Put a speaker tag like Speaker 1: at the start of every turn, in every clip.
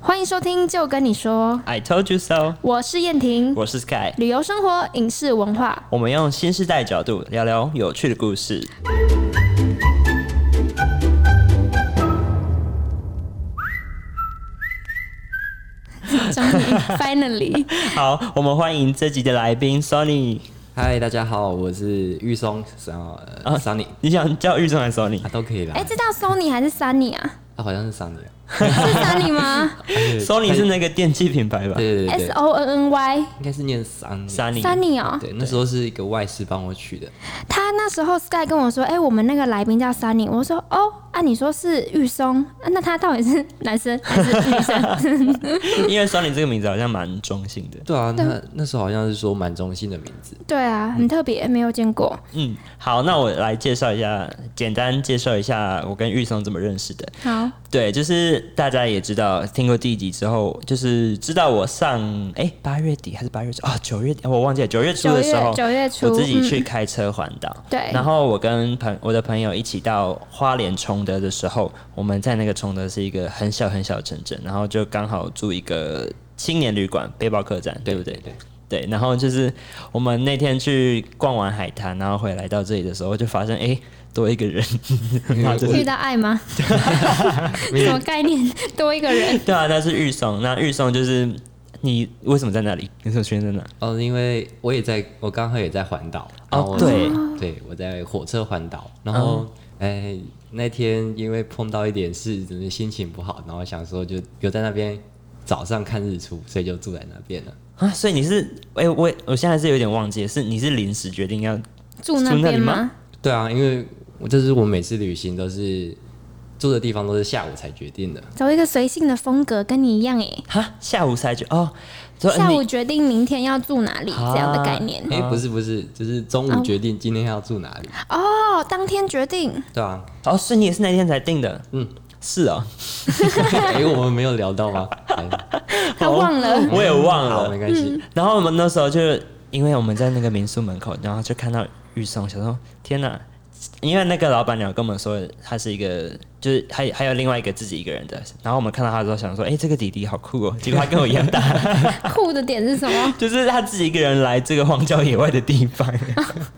Speaker 1: 欢迎收听，就跟你说，
Speaker 2: I told you so。
Speaker 1: 我是燕婷，
Speaker 2: 我是 Sky，
Speaker 1: 旅游、生活、影视、文化，
Speaker 2: 我们用新时代角度聊聊有趣的故事。
Speaker 1: 终于 finally，
Speaker 2: 好，我们欢迎这集的来宾 Sony。
Speaker 3: 嗨，大家好，我是玉松，呃、
Speaker 2: 啊
Speaker 3: s u n n y
Speaker 2: 你想叫玉中还是 Sony？
Speaker 3: 啊，都可以啦。
Speaker 1: 哎、这叫 Sony 还是 Sunny 啊？
Speaker 3: 啊，好像是 Sunny 啊。
Speaker 1: 是 Sunny 吗
Speaker 2: ，Sony 是那个电器品牌吧
Speaker 3: 对对对
Speaker 1: ？S
Speaker 3: 对，
Speaker 1: O N N Y
Speaker 3: 应该是念 Sunny。
Speaker 2: ？Sunny。
Speaker 1: Sunny 哦，
Speaker 3: 对，那时候是一个外师帮我取的。
Speaker 1: 他那时候 Sky 跟我说，哎、我们那个来宾叫 Sunny，我说哦，啊，你说是玉松，啊那他到底是男生还是女生？
Speaker 2: 因为 Sony 这个名字好像蛮中性的。
Speaker 3: 对啊，那那时候好像是说蛮中性的名字。
Speaker 1: 对啊，很特别，没有见过。
Speaker 2: 嗯，好，那我来介绍一下，简单介绍一下我跟玉松怎么认识的。
Speaker 1: 好，
Speaker 2: 对，就是大家也知道，听过第一集之后，就是知道我上哎八、月底还是八月初啊九月底我忘记了九月初
Speaker 1: 九
Speaker 2: 的时
Speaker 1: 月
Speaker 2: 候，
Speaker 1: 九月初，
Speaker 2: 我自己
Speaker 1: 嗯
Speaker 2: 去开车环岛、
Speaker 1: 对
Speaker 2: 然后我跟朋我的朋友一起到花莲崇德的时候，我们在那个崇德是一个很小很小的城镇，然后就刚好住一个青年旅馆背包客栈，对不对？
Speaker 3: 对，
Speaker 2: 对，然后就是我们那天去逛完海滩，然后回来到这里的时候，就发现哎、诶多一个 人，然后就
Speaker 1: 遇
Speaker 2: 是
Speaker 1: 到爱 吗？什么概念？多一个人，
Speaker 2: 对啊，那是玉松，那玉松就是你为什么在那里？你为什么出现在那？
Speaker 3: 哦，因为我也在，我刚好也在环岛。然后
Speaker 2: 哦，对，哦
Speaker 3: 对，我在火车环岛，然后哎、那天因为碰到一点事，真的心情不好，然后想说就留在那边早上看日出，所以就住在那边了。
Speaker 2: 啊，所以你是哎、我我现在是有点忘记，是你是临时决定要
Speaker 1: 住那
Speaker 2: 住那里
Speaker 1: 边
Speaker 2: 吗
Speaker 1: 吗？
Speaker 3: 对啊，因为我这是我每次旅行都是住的地方都是下午才决定的。
Speaker 1: 走一个随性的风格，跟你一样诶。
Speaker 2: 哈，下午才决哦，所以
Speaker 1: 下午
Speaker 2: 你
Speaker 1: 决定明天要住哪里这样的概
Speaker 2: 嗯
Speaker 1: 念。
Speaker 3: 哎、不是不是，就是中午决定今天要住哪里。
Speaker 1: 哦，当天决定，
Speaker 3: 对啊，
Speaker 2: 哦，所以你也是那天才定的，嗯，是哦，
Speaker 3: 哎、我们没有聊到吗？哎
Speaker 1: 他忘
Speaker 3: 哦
Speaker 1: 了。
Speaker 2: 我也忘
Speaker 3: 好，没
Speaker 2: 了。
Speaker 3: 关
Speaker 1: 嗯
Speaker 3: 系。
Speaker 2: 然后我们那时候就因为我们在那个民宿门口，然后就看到玉松，想说天哪，因为那个老板娘跟我们说她是一个，就是还还有另外一个自己一个人的，然后我们看到她的时候想说，哎、这个弟弟好酷哦，结果他跟我一样大，
Speaker 1: 酷的点是什么？
Speaker 2: 就是他自己一个人来这个荒郊野外的地方。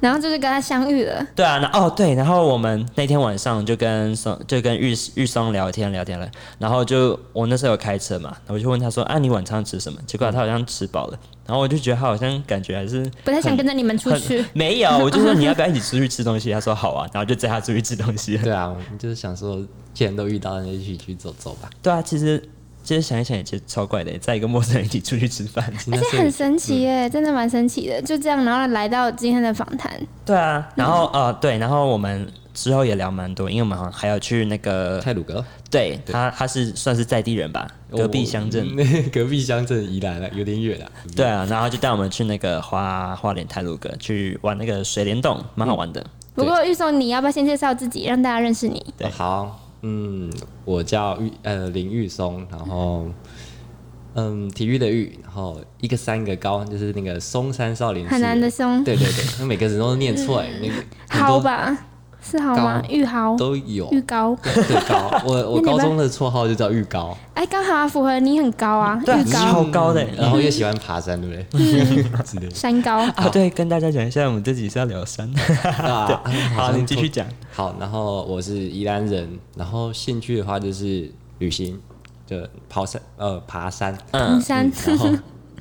Speaker 1: 然后就是跟他相遇了。
Speaker 2: 对啊，那哦对，然后我们那天晚上就跟松就跟玉玉松聊天聊天了，然后就我那时候有开车嘛，我就问他说啊你晚上吃什么？结果他好像吃饱了，然后我就觉得他好像感觉还是
Speaker 1: 不太想跟着你们出去
Speaker 2: 很，没有，我就说你要不要一起出去吃东西？他说好啊，然后就载他出去吃东西了。
Speaker 3: 对啊，我们就是想说，既然都遇到，那就一起去走走吧。
Speaker 2: 对啊，其实其实想一想也其实超怪的，载一个陌生人一起出去吃饭。
Speaker 1: 而
Speaker 3: 那
Speaker 1: 且
Speaker 3: 所以
Speaker 1: 很神奇耶，真的蛮神奇的。就这样，然后来到今天的访谈，
Speaker 2: 对啊，然后呃对，然后我们之后也聊蛮多，因为我们好像还有去那个
Speaker 3: 泰鲁格
Speaker 2: 对他他是算是在地人吧，
Speaker 3: 哦
Speaker 2: 隔壁乡镇。，
Speaker 3: 我 隔壁乡镇宜兰了，有点远啊。
Speaker 2: 对啊，然后就带我们去那个花花莲泰鲁阁去玩那个水帘洞，蛮好玩的。
Speaker 1: 不过玉松，你要不要先介绍自己，让大家认识你？
Speaker 2: 对
Speaker 3: 啊好，嗯，我叫玉呃林玉松，然后嗯体育的育，然后一个三个高，就是那个松山少林寺，
Speaker 1: 很难的松
Speaker 3: 对对对，那每个人都念错哎，那 个很
Speaker 1: 豪
Speaker 3: 多
Speaker 1: 吧，是豪吗
Speaker 3: 高？
Speaker 1: 玉豪，
Speaker 3: 都有。
Speaker 1: 玉高。
Speaker 3: 对高，我我
Speaker 1: 那你
Speaker 3: 高
Speaker 1: 们
Speaker 3: 中的绰号就叫玉高，嗯
Speaker 1: 哎，刚好啊，符合你很高啊，
Speaker 2: 对啊
Speaker 1: 玉高
Speaker 2: 超高的
Speaker 3: 然后又喜欢爬山，对 不对？之类的
Speaker 1: 山高。
Speaker 2: 啊，对，跟大家讲一下，我们这集是要聊山。
Speaker 3: 啊
Speaker 2: 好，
Speaker 3: 像
Speaker 2: 你继续讲。
Speaker 3: 好，然后我是宜兰人，然后兴趣的话就是旅行，就跑山呃爬山，
Speaker 2: 嗯
Speaker 1: 登嗯山、
Speaker 3: 嗯然后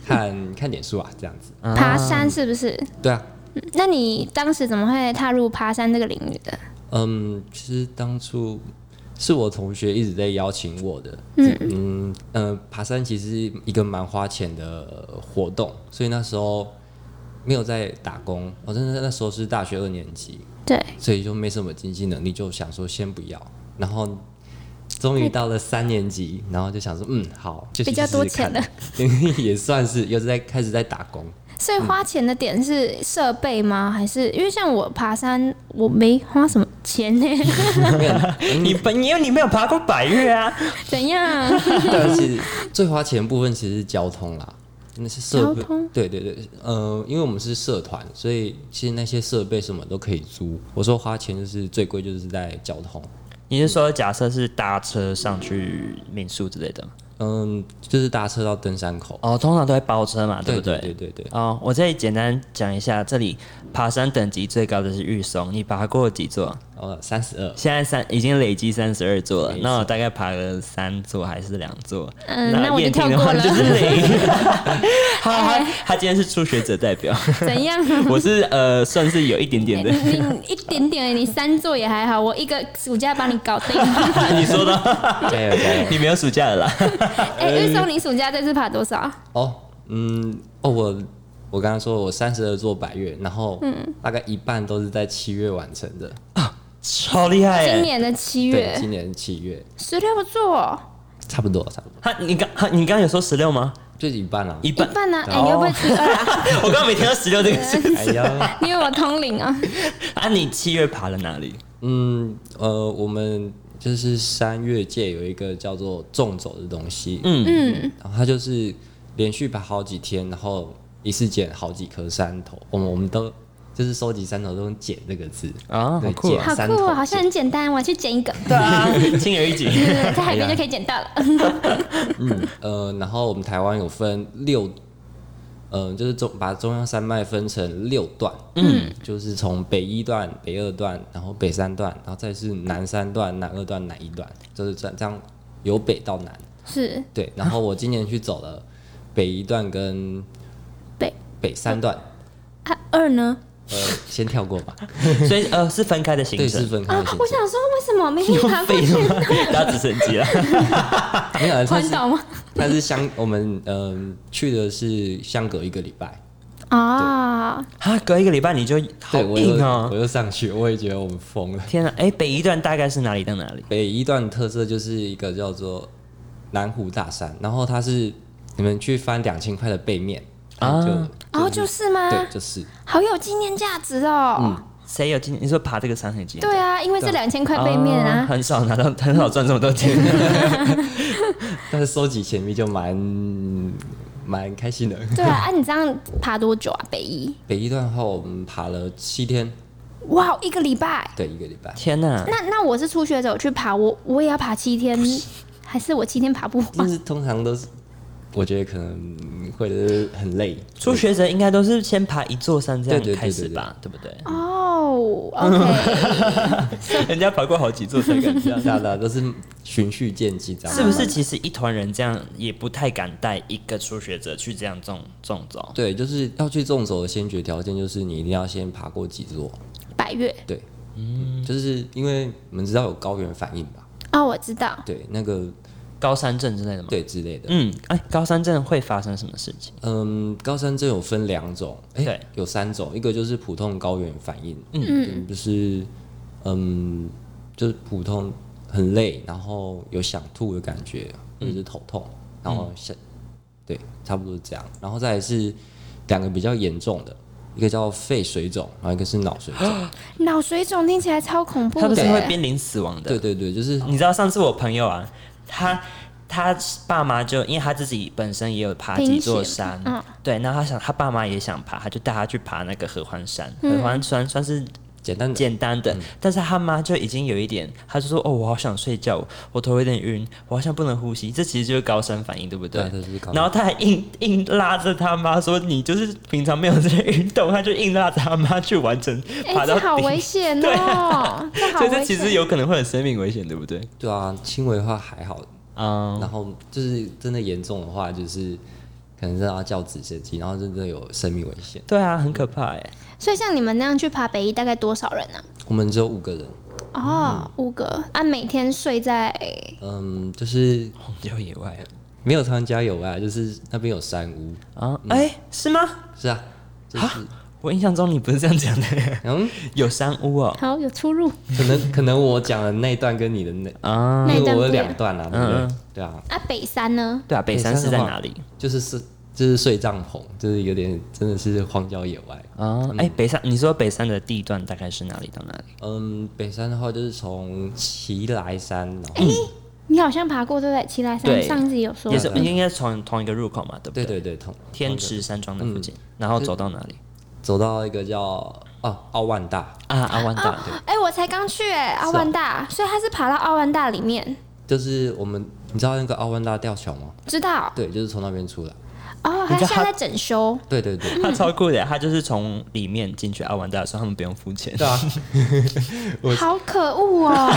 Speaker 3: 看 看点书啊这样子。
Speaker 1: 爬山是不是？
Speaker 3: 对啊，
Speaker 1: 那你当时怎么会踏入爬山这个领域的？
Speaker 3: 嗯，其实当初是我同学一直在邀请我的，嗯嗯呃，爬山其实是一个蛮花钱的活动，所以那时候没有在打工，我真的那时候是大学二年级，
Speaker 1: 对，
Speaker 3: 所以就没什么经济能力，就想说先不要，然后。终于到了三年级，然后就想说，嗯，好，就去
Speaker 1: 比较多
Speaker 3: 试试看
Speaker 1: 钱
Speaker 3: 也算是又是在开始在打工，
Speaker 1: 所以花钱的点是设备吗？还是因为像我爬山，我没花什么钱呢、
Speaker 3: 嗯
Speaker 2: 你本因为你没有爬过百越啊，
Speaker 1: 怎样？
Speaker 3: 但是最花钱的部分其实是交通啦，那是设备
Speaker 1: 交通。
Speaker 3: 对对对，呃，因为我们是社团，所以其实那些设备什么都可以租。我说花钱就是最贵，就是在交通。
Speaker 2: 你是说假设是搭车上去民宿之类的吗？
Speaker 3: 嗯，就是搭车到登山口，
Speaker 2: 哦，通常都会包车嘛，对不
Speaker 3: 对对对对，
Speaker 2: 哦，我这里简单讲一下，这里爬山等级最高的是玉松，你爬过几座？
Speaker 3: 哦，三十二，
Speaker 2: 现在三已经累积三十二座了
Speaker 3: 没，错
Speaker 2: 那我大概爬了三座还是两座？
Speaker 1: 嗯那我就
Speaker 2: 燕婷
Speaker 1: 跳
Speaker 2: 的
Speaker 1: 过
Speaker 2: 话
Speaker 1: 了哎
Speaker 2: 就是 零。他他他今天是初学者代表，
Speaker 1: 怎样？
Speaker 2: 我是呃算是有一点点的。
Speaker 1: 你一点点而已，你三座也还好，我一个暑假帮你搞定。
Speaker 2: 你 说的，
Speaker 3: 加油加油！
Speaker 2: 你没有暑假了啦？
Speaker 1: 哎、玉松，你暑假这次爬多少？
Speaker 3: 哦，嗯，哦，我我刚刚说我三十二座百月，然后大概一半都是在七月完成的，
Speaker 2: 超厉害
Speaker 1: 今
Speaker 2: 耶！
Speaker 1: 年的七
Speaker 3: 对，
Speaker 1: 月
Speaker 3: 今年七月
Speaker 1: 十六座，
Speaker 3: 差不多，差不多，
Speaker 2: 他你刚他你刚刚有说十六吗？
Speaker 3: 就是一半啦、
Speaker 2: 一
Speaker 1: 一
Speaker 2: 半，
Speaker 1: 半嗯呢、啊？哎、
Speaker 2: 哦
Speaker 1: 你会不会吃二啊？
Speaker 2: 我刚刚没听到十六这个字。
Speaker 3: 哎呀，
Speaker 1: 你以为我通灵啊？
Speaker 2: 啊，你七月爬了哪里？
Speaker 3: 嗯，呃，我们就是山岳界有一个叫做纵走的东西，嗯嗯，然后它就是连续爬好几天，然后一次捡好几颗山头，我们我们都。就是收集山头都用“捡”这个字
Speaker 2: 啊
Speaker 3: 对
Speaker 2: 好酷啊
Speaker 3: 捡
Speaker 1: 好
Speaker 3: 山
Speaker 1: 酷
Speaker 3: 头
Speaker 1: 哦，好像很简单，我去捡一个，
Speaker 2: 对啊，轻而 易举。
Speaker 1: 对在海边就可以捡到了。
Speaker 3: 呃，然后我们台湾有分六，嗯、呃，就是中把中央山脉分成六段，嗯，就是从北一段、北二段，然后北三段，然后再是南三段、南二段、南一段，就是这样这样由北到南。
Speaker 1: 是
Speaker 3: 对，然后我今年去走了北一段跟
Speaker 1: 北
Speaker 3: 北三段，
Speaker 1: 啊，二呢？
Speaker 3: 呃，先跳过吧，
Speaker 2: 所以呃是分开的行
Speaker 3: 对，是
Speaker 2: 程，
Speaker 3: 分开
Speaker 1: 啊
Speaker 3: 的，行
Speaker 1: 我
Speaker 3: 程，
Speaker 1: 想说为什 么明明爬过
Speaker 2: 废
Speaker 1: 去
Speaker 2: 了吗？搭直升机了。
Speaker 3: 没有，啊它
Speaker 1: 环
Speaker 3: 是
Speaker 1: 岛吗？
Speaker 3: 它是相我们嗯、去的是相隔一个礼拜，
Speaker 1: 啊，
Speaker 2: 啊，隔一个礼拜你就好
Speaker 3: 对我又
Speaker 2: 硬哦
Speaker 3: 我！又上去，我也觉得我们疯了。
Speaker 2: 天啊，哎，北一段大概是哪里到哪里？
Speaker 3: 北一段特色就是一个叫做南湖大山，然后它是你们去翻两千块的背面
Speaker 2: 啊
Speaker 3: 就
Speaker 1: 哦，就是
Speaker 3: 对
Speaker 1: 吗，？
Speaker 3: 就是
Speaker 1: 好有纪念价值哦。
Speaker 2: 谁有经？你说爬这个山很经
Speaker 1: 对啊，因为这两千块背面
Speaker 2: 哦
Speaker 1: 啊，
Speaker 2: 很少拿到，很少赚这么多钱。
Speaker 3: 但是收集钱币就蛮蛮开心的。
Speaker 1: 对啊，啊，你这样爬多久啊？北一？
Speaker 3: 北一段后我们爬了七天，
Speaker 1: 哇，一个礼拜。
Speaker 3: 对，一个礼拜。
Speaker 2: 天哪！
Speaker 1: 那那我是初学者，我去爬，我我也要爬七 天，还是我七天爬不
Speaker 3: 但
Speaker 1: 完？
Speaker 3: 是通常都是，我觉得可能会很累。
Speaker 2: 初学者应该都是先爬一座山这
Speaker 3: 对对
Speaker 2: 样
Speaker 3: 对
Speaker 2: 开始吧，对不对？
Speaker 1: 哦，OK，
Speaker 2: 嗯人家爬过好几座山，敢 这样。
Speaker 3: 大啊家都是循序渐进，这样
Speaker 2: 是不是？其实一团人这样也不太敢带一个初学者去这样纵纵走。
Speaker 3: 对，就是要去纵走的先决条件就是你一定要先爬过几座。
Speaker 1: 百月
Speaker 3: 对，嗯，就是因为我们知道有高原反应吧？
Speaker 1: 哦，我知道，
Speaker 3: 对，那个
Speaker 2: 高山症之类的吗？，
Speaker 3: 对之类的。
Speaker 2: 嗯，哎，高山症会发生什么事情？
Speaker 3: 嗯，高山症有分两种，哎、
Speaker 2: 对
Speaker 3: 有三种，一个就是普通高原反应，嗯，就是嗯，就是普通很累，然后有想吐的感觉，
Speaker 2: 嗯
Speaker 3: 或者是头痛，然后想，对，差不多是这样。然后再来是两个比较严重的，一个叫肺水肿，然后一个是脑水肿。
Speaker 2: 啊
Speaker 1: 脑水肿听起来超恐怖
Speaker 2: 他不是会
Speaker 1: 的，
Speaker 2: 濒临死亡的
Speaker 3: 对。对对，就是
Speaker 2: 你知道上次我朋友啊，他他爸妈就因为他自己本身也有爬几座山，
Speaker 1: 嗯
Speaker 2: 对，那他想他爸妈也想爬，他就带他去爬那个合欢山，
Speaker 1: 嗯
Speaker 2: 合欢山算是。
Speaker 3: 简单的。
Speaker 2: 简单的，但是他妈就已经有一点，他就说：“哦，我好想睡觉，我头有点晕，我好像不能呼吸。”这其实就是高山反应，对不对？
Speaker 3: 对这就是高山
Speaker 2: 然后他还硬 硬拉着他妈说：“你就是平常没有在运动。”他就硬拉着他妈去完成爬
Speaker 1: 哎，
Speaker 2: 到
Speaker 1: 这
Speaker 2: 顶。
Speaker 1: 好危险哦，这好
Speaker 2: 所以
Speaker 1: 危
Speaker 2: 这其实
Speaker 1: 险。
Speaker 2: 有可能会有生命危险，对不对？
Speaker 3: 对啊，轻微的话还好，
Speaker 2: 嗯，
Speaker 3: 然后就是真的严重的话，就是可能真的要叫直升机，然后真的有生命危险。
Speaker 2: 对啊，很可怕哎、
Speaker 1: 所以像你们那样去爬北一，大概多少人啊呢？
Speaker 3: 我们只有五个人，
Speaker 1: 哦，五个啊，每天睡在
Speaker 3: 嗯，就是
Speaker 2: 荒郊野外
Speaker 3: 没有参加有啊，就是那边有山屋，
Speaker 2: 啊！哎、是吗？
Speaker 3: 是啊，就是
Speaker 2: 我印象中你不是这样讲的，
Speaker 3: 嗯，
Speaker 2: 有山屋哦。
Speaker 1: 好有出入
Speaker 3: 可能可能我讲的那一段跟你的那，
Speaker 2: 啊，
Speaker 1: 那一
Speaker 3: 因为
Speaker 1: 段
Speaker 3: 我
Speaker 1: 不
Speaker 3: 有
Speaker 1: 一样
Speaker 3: 两段啊，对不
Speaker 2: 嗯
Speaker 3: 对？对啊，
Speaker 1: 啊。北山呢？
Speaker 2: 对啊，北山是在哪里
Speaker 3: 就是是就是睡帐篷，就是有点真的是荒郊野外。
Speaker 2: 啊？哎、北山，你说北山的地段大概是哪里到哪里？
Speaker 3: 嗯，北山的话就是从奇来山，然后、
Speaker 1: 你好像爬过对不对？奇来山
Speaker 2: 对
Speaker 1: 上次有说
Speaker 2: 也是应该从同一个入口嘛，对不
Speaker 3: 对
Speaker 2: 对？嗯
Speaker 3: 对对，同
Speaker 2: 天池山庄的附近，然后走到哪里？
Speaker 3: 走到一个叫哦奥万大，
Speaker 2: 啊，阿万大对。
Speaker 1: 欸哎、我才刚去哎、奥万大，所以他是爬到奥万大里面。
Speaker 3: 就是我们你知道那个奥万大吊桥吗？
Speaker 1: 知道
Speaker 3: 对，就是从那边出来。
Speaker 1: 哦，他
Speaker 2: 你知道
Speaker 1: 现在
Speaker 2: 他
Speaker 1: 在整修，
Speaker 3: 对对对，
Speaker 2: 他超酷的，他就是从里面进去阿玩大的时候，他们不用付钱，
Speaker 3: 对啊，
Speaker 1: 好可恶哦！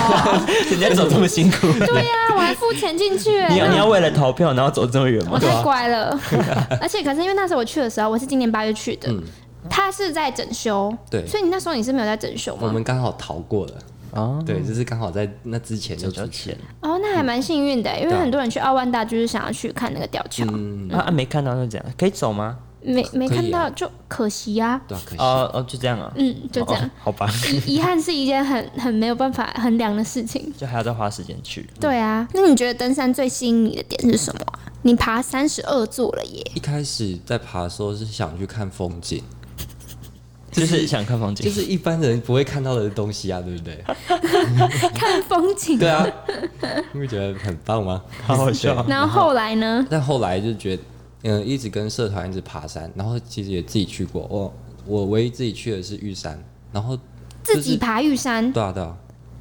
Speaker 2: 人家走这么辛 苦，
Speaker 1: 对呀、我还付钱进去、
Speaker 2: 你要你
Speaker 1: 欸，
Speaker 2: 要为了投票然后走这么远吗
Speaker 1: 我？太乖了。 而且可是因为那时候我去的时候，我是今年八月去的，
Speaker 3: 嗯
Speaker 1: 他是在整修，
Speaker 3: 对
Speaker 1: 所以你那时候你是没有在整修
Speaker 3: 我
Speaker 1: 吗？
Speaker 3: 们刚好逃过了。
Speaker 2: 哦，
Speaker 3: 对，就是刚好在那之前
Speaker 2: 走
Speaker 3: 就出
Speaker 2: 交
Speaker 3: 去
Speaker 2: 钱。
Speaker 1: 哦，那还蛮幸运的、因为
Speaker 3: 对啊
Speaker 1: 很多人去奥万大就是想要去看那个吊桥，
Speaker 3: 嗯，
Speaker 2: 啊，啊没看到就这样，可以走吗？
Speaker 1: 没没
Speaker 3: 可以啊
Speaker 1: 看到就可惜呀、啊。
Speaker 3: 对啊，可惜。
Speaker 2: 哦哦，就这样啊，
Speaker 1: 嗯，就这样
Speaker 2: 哦，好吧，
Speaker 1: 遗、遗憾是一件很很没有办法衡量的事
Speaker 3: 嗯
Speaker 1: 情。
Speaker 2: 就还要再花时间去。
Speaker 1: 对啊，那你觉得登山最吸引你的点是什么啊、你爬三十二座了耶！
Speaker 3: 一开始在爬的时候是想去看风景，
Speaker 2: 就是想看风景，
Speaker 3: 就是一般人不会看到的东西啊，对不对？
Speaker 1: 看 风景。
Speaker 3: 对啊， 你会觉得很棒吗？
Speaker 2: 好好笑哦。
Speaker 1: 然后后来呢？
Speaker 3: 但后来就觉得，嗯，一直跟社团一直爬山，然后其实也自己去过。我我唯一自己去的是玉山，然后就
Speaker 1: 自
Speaker 3: 是
Speaker 1: 己爬玉山，
Speaker 3: 对啊对啊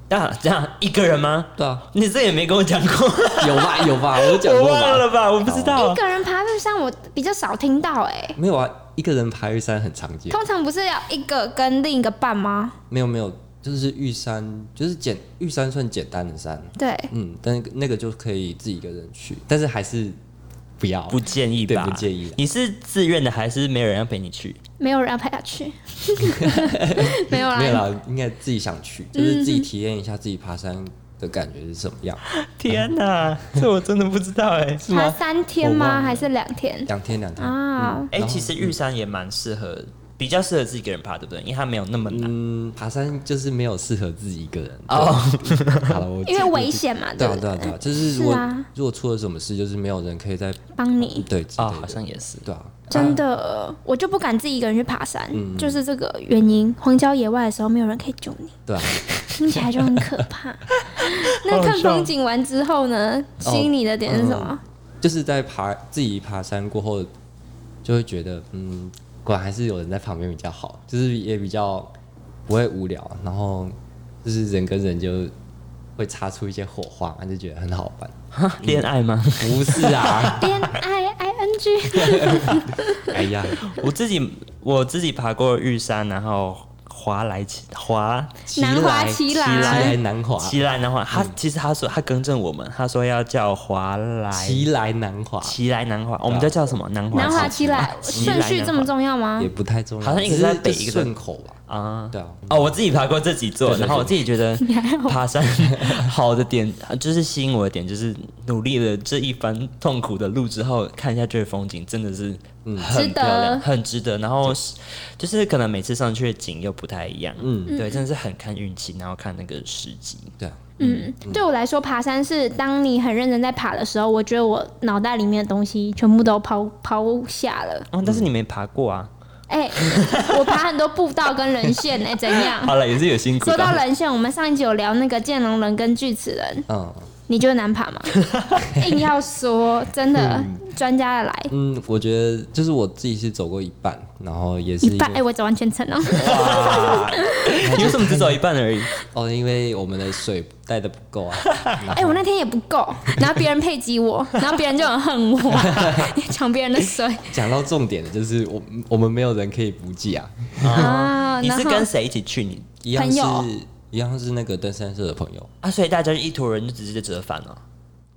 Speaker 2: 那这样一个人吗？
Speaker 3: 对啊，
Speaker 2: 你这也没跟我讲 过，
Speaker 3: 有吧有吧，我有讲
Speaker 2: 我
Speaker 3: 过
Speaker 2: 忘了
Speaker 3: 吧？
Speaker 2: 吧？我不知道
Speaker 1: 一。个人爬玉山我比较少听到哎、
Speaker 3: 没有啊，一个人爬玉山很常见。
Speaker 1: 通常不是要一个跟另一个伴吗？
Speaker 3: 没有没有，就是玉山，就是简玉山算简单的山，
Speaker 1: 对，
Speaker 3: 嗯，但那个那个就可以自己一个人去，但是还是不要
Speaker 2: 不建议啊吧？
Speaker 3: 对不建议啦
Speaker 2: 你是自愿的还是没有人要陪你去？
Speaker 1: 没有人要陪他 去，没有
Speaker 3: 没有
Speaker 1: 啦。
Speaker 3: 啦，应该自己想去，
Speaker 1: 嗯
Speaker 3: 就是自己体验一下自己爬山的感觉是什么样。
Speaker 2: 天哪， 这我真的不知道 哎。
Speaker 1: 爬三天
Speaker 3: 我
Speaker 1: 吗？
Speaker 3: 忘了
Speaker 1: 还是两天？
Speaker 3: 两天两天，嗯
Speaker 1: 啊，
Speaker 2: 哎，其实玉山也蛮适合，比较适合自己一个人爬，对不对？因为它没有那么难。
Speaker 3: 嗯，爬山就是没有适合自己一个人哦。好了，我
Speaker 1: 因为危险嘛，
Speaker 3: 对
Speaker 1: 对
Speaker 3: 啊
Speaker 1: 不
Speaker 3: 对
Speaker 1: 对？
Speaker 3: 啊 对啊，就是如果
Speaker 1: 是啊
Speaker 3: 如果出了什么事，就是没有人可以再
Speaker 1: 帮你，
Speaker 3: 对之
Speaker 2: 哦，
Speaker 3: 类的
Speaker 2: 好像也是。
Speaker 3: 对啊，
Speaker 1: 真
Speaker 3: 啊
Speaker 1: 的，我就不敢自己一个人去爬山，
Speaker 2: 嗯
Speaker 1: 就是这个原因。荒郊野外的时候，没有人可以救 你，
Speaker 3: 对啊，
Speaker 1: 听起来就很可怕。那
Speaker 2: 好
Speaker 1: 看
Speaker 2: 笑哦
Speaker 1: 风景完之后呢？吸引你的点是什么？
Speaker 3: 就是在爬自己爬山过后，就会觉得嗯，果然还是有人在旁边比较好，就是也比较不会无聊，然后就是人跟人就会擦出一些火花，就觉得很好玩。
Speaker 2: 哈恋爱 吗？
Speaker 3: 不是啊，
Speaker 2: 嗯
Speaker 1: 恋爱 I N G，
Speaker 3: 哎呀，
Speaker 2: 我自己我自己爬过玉山，然后华莱奇华
Speaker 1: 南华
Speaker 3: 奇
Speaker 1: 奇
Speaker 3: 来
Speaker 1: 来
Speaker 3: 奇来南华，
Speaker 2: 奇兰的话，他
Speaker 3: 嗯
Speaker 2: 其实他说他更正我们，他说要叫华莱
Speaker 3: 奇来啊南华
Speaker 2: 奇来南华，我们就叫什么南华？
Speaker 1: 南华七来，
Speaker 2: 奇来
Speaker 1: 顺序这么重要吗
Speaker 3: 也？不太重要，
Speaker 2: 好像一个
Speaker 3: 只
Speaker 2: 在
Speaker 3: 是
Speaker 2: 北
Speaker 3: 就
Speaker 2: 一个在
Speaker 3: 顺口吧。
Speaker 2: 啊。
Speaker 3: 对啊，
Speaker 2: 哦，我自己爬过这几座，
Speaker 3: 对对
Speaker 2: 然后我自己觉得
Speaker 1: 你还好
Speaker 2: 爬山 好的点，就是吸引我的点，就是努力了这一番痛苦的路之后，看一下这个风景，真的是
Speaker 3: 嗯
Speaker 1: 值
Speaker 2: 很
Speaker 1: 得
Speaker 2: 漂亮，很值得。然后是就是可能每次上去的景又不太一样，嗯，对，真的是很看运气，然后看那个时机。
Speaker 3: 对啊，
Speaker 1: 嗯，对我来说，爬山是当你很认真在爬的时候，我觉得我脑袋里面的东西全部都抛抛下了。
Speaker 2: 哦，
Speaker 3: 嗯
Speaker 2: 但是你没爬过啊？
Speaker 1: 哎、我爬很多步道跟人线哎、怎样？
Speaker 2: 好了，也是有辛苦
Speaker 1: 说到
Speaker 2: 的。
Speaker 1: 人线，我们上一集有聊那个剑龙人跟锯齿人，
Speaker 3: 嗯
Speaker 1: 你觉得难爬吗？硬要说，真的，专家的来
Speaker 3: 嗯，我觉得就是我自己是走过一半，然后也是
Speaker 1: 一半，哎、
Speaker 3: 个
Speaker 1: 我走完全程哦、
Speaker 2: 你为什么只走一半而已？
Speaker 3: 哦，因为我们的水带的不够啊。
Speaker 1: 哎、我那天也不够，然后别人配给我，然后别人就很恨我，抢别人的水
Speaker 3: 讲到重点的就是我我们没有人可以补给啊，
Speaker 1: 啊。
Speaker 2: 你
Speaker 1: 然
Speaker 2: 是
Speaker 1: 后
Speaker 2: 跟谁一起去？你
Speaker 3: 一样
Speaker 1: 朋
Speaker 3: 是
Speaker 1: 友
Speaker 3: 一样是那个登山社的朋友。
Speaker 2: 啊，所以大家一坨人就直接折返了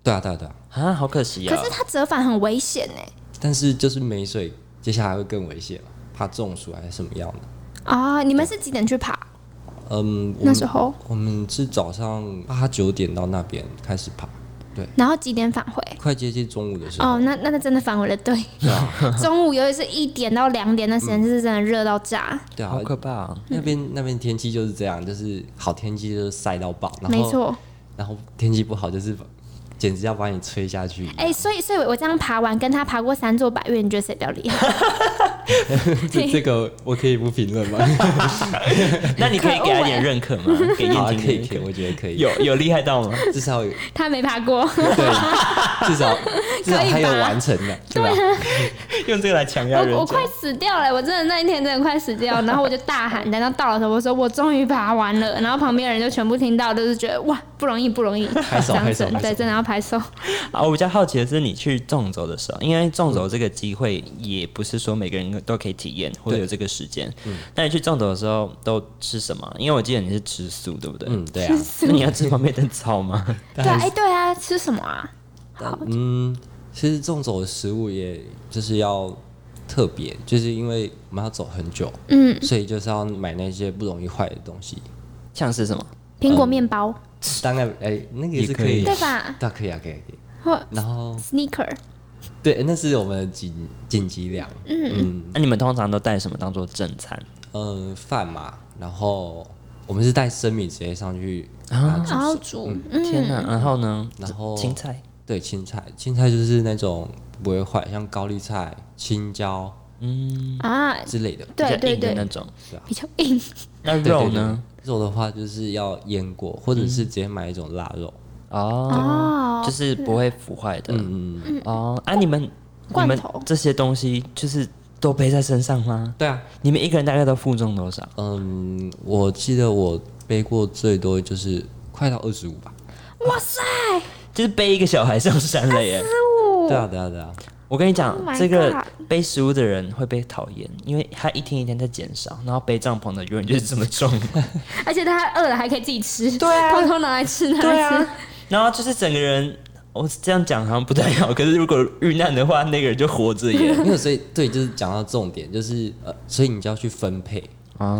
Speaker 3: 对啊对啊对啊，
Speaker 2: 啊，好可惜啊
Speaker 1: 可！是它折返很危险哎、
Speaker 3: 但是就是没水，接下来会更危险嘛，怕中暑还是什么样的。
Speaker 1: 啊、你们是几点去爬？
Speaker 3: 嗯，我们
Speaker 1: 那时候，
Speaker 3: 我们是早上八九点到那边开始爬，
Speaker 1: 然后几点返回？
Speaker 3: 快接近中午的时候，
Speaker 1: 哦，那那那真的返回了，对。 中午尤其是一点到两点的时间，就是真的热到炸。
Speaker 3: 对啊
Speaker 2: 好，可怕啊！
Speaker 3: 那边那边天气就是这样，就是好天气就是晒到爆，然后
Speaker 1: 没错，
Speaker 3: 然后天气不好就是把简直要把你吹下去。
Speaker 1: 哎哎、所以所以我这样爬完，跟他爬过三座百岳，你觉得谁比较厉害？
Speaker 3: 这这个我可以不评 论吗？
Speaker 2: 那你可以给他一
Speaker 1: 欸
Speaker 2: 点 认可吗？给
Speaker 3: 好啊，
Speaker 2: 燕
Speaker 3: 可
Speaker 2: 京
Speaker 3: 以，可以，我觉得可以，
Speaker 2: 有有厉害到吗？
Speaker 3: 至少有
Speaker 1: 他没爬过，
Speaker 3: 对，至 少至少还有完成的，对
Speaker 1: 啊
Speaker 3: 吧？
Speaker 2: 用这个来强压人
Speaker 1: 我我
Speaker 2: 家。
Speaker 1: 快死掉了，我真的那一天真的快死掉，然后我就大喊，等到到了的时候，我说我终于爬完了，然后旁边的人就全部听到，就是觉得哇不容易不容易，拍
Speaker 3: 手拍手拍手
Speaker 1: 对，真的要拍手，
Speaker 2: 啊，我比较好奇的是，你去纵走的时候，因为纵走这个机会也不是说每个人都可以体验或者有这个时间。那你去纵走的时候都吃什么？因为我记得你是吃素，对不对？
Speaker 3: 嗯，对啊，
Speaker 2: 那你要吃旁边的草吗？
Speaker 1: 对啊，哎对啊，吃什么啊？好，
Speaker 3: 嗯，其实纵走的食物也就是要特别，就是因为我们要走很久，
Speaker 1: 嗯，
Speaker 3: 所以就是要买那些不容易坏的东西。
Speaker 2: 像是什么？
Speaker 1: 苹果面包
Speaker 3: 当然，哎、那个也
Speaker 2: 也
Speaker 3: 是
Speaker 2: 可
Speaker 3: 可以，
Speaker 2: 以
Speaker 1: 对吧？
Speaker 3: 对啊，可以啊，可以啊，可以。
Speaker 1: 或
Speaker 2: 嗯
Speaker 3: 然后，
Speaker 1: sneaker，
Speaker 3: 对，那是我们的紧紧急粮，嗯
Speaker 2: 那你们通常都带什么当做正餐？
Speaker 3: 嗯，饭、嘛，然后我们是带生米直接上去拿
Speaker 1: 然后
Speaker 2: 嗯
Speaker 3: 煮熟，
Speaker 1: 煮，
Speaker 2: 天哪！然后呢？
Speaker 3: 然后
Speaker 2: 啊青菜，
Speaker 3: 对，青菜，青菜就是那种不会坏，像高丽菜、青椒
Speaker 2: 嗯，
Speaker 1: 啊，
Speaker 3: 之类的。
Speaker 2: 比较
Speaker 1: 对对
Speaker 2: 硬的那
Speaker 1: 对，
Speaker 2: 种。
Speaker 1: 比较硬，
Speaker 2: 那
Speaker 3: 对
Speaker 2: 肉？呢？
Speaker 3: 对对肉的话就是要腌过，或者是直接买一种腊肉。
Speaker 2: 哦
Speaker 1: 哦，
Speaker 2: 就是不会腐坏的。
Speaker 3: 嗯，嗯
Speaker 2: 哦，啊，你们你
Speaker 1: 罐
Speaker 2: 们
Speaker 1: 头
Speaker 2: 这些东西就是都背在身上吗？
Speaker 3: 对啊，
Speaker 2: 你们一个人大概都负重多少？
Speaker 3: 嗯，我记得我背过最多就是快到二十五吧。
Speaker 1: 哇塞，
Speaker 2: 就是背一个小孩 上山了耶！
Speaker 3: 对啊，对啊，对啊，
Speaker 2: 我跟你讲
Speaker 1: Oh my，
Speaker 2: 这个背食物的人会被讨厌，因为他一天一天在减少，然后背帐篷的永远就是这么 重。
Speaker 1: 而且他饿了还可以自己吃，对啊，偷偷拿来吃，拿来吃，，
Speaker 2: 然后就是整个人，我这样讲好像不太好，可是如果遇难的话，那个人就活着耶。
Speaker 3: 没有，所以对，就是讲到重点，就是呃，所以你就要去分配。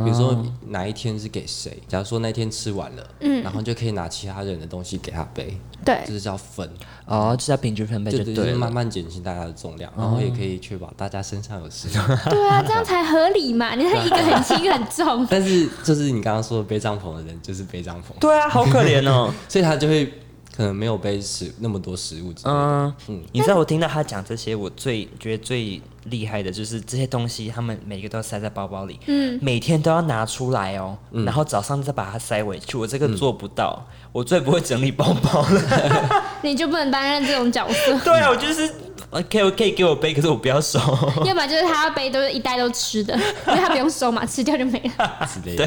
Speaker 3: 比如说哪一天是给谁？假如说那天吃完了，嗯，然后就可以拿其他人的东西给他背，
Speaker 1: 对
Speaker 3: 就。是叫分，
Speaker 2: 哦，就是要平均分配
Speaker 3: 就
Speaker 2: 就
Speaker 3: 对，哦就
Speaker 2: 对
Speaker 3: 是慢
Speaker 2: 了。
Speaker 3: 慢减轻大家的重量，然后也可以确保大家身上有食物。，
Speaker 1: 对啊，这样才合理嘛！你
Speaker 2: 啊
Speaker 1: 看一个很轻，一个很重
Speaker 3: 但是就是你刚刚说的背帐篷的人，就是背帐篷，
Speaker 2: 对啊，好可怜哦。
Speaker 3: 所以他就会可能没有背食那么多食物之类的。
Speaker 2: 嗯，你知道我听到他讲这些，我最觉得最厉害的就是这些东西，他们每个都塞在包包里，嗯，每天都要拿出来哦，然后早上再把它塞回去。我这个做不到，我最不会整理包包了。
Speaker 1: 你就不能担任这种角色。
Speaker 2: 对啊，我就是呃可以可以给我背，可是我不要收。
Speaker 1: 要么就是他要背都是一袋都吃 的，因为他不用收嘛，吃掉就没了。
Speaker 3: 之类的，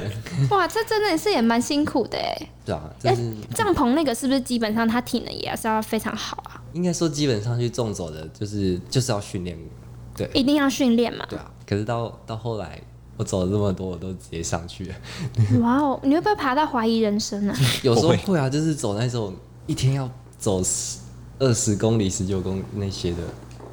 Speaker 1: 哇，这真的是也蛮辛苦的哎。
Speaker 3: 对啊，但是
Speaker 1: 帐篷那个是不是基本上他体能也是要非常好啊？
Speaker 3: 应该说基本上去纵走的，就是就是要训练，对
Speaker 1: 一定要训练嘛。
Speaker 3: 对啊。可是到到后来，我走了这么多，我都直接上去了。
Speaker 1: 哇哦，你会不会爬到怀疑人生啊？
Speaker 3: 有时候
Speaker 2: 我会
Speaker 3: 会啊，就是走那种一天要走十二十公里、十九公里那些的，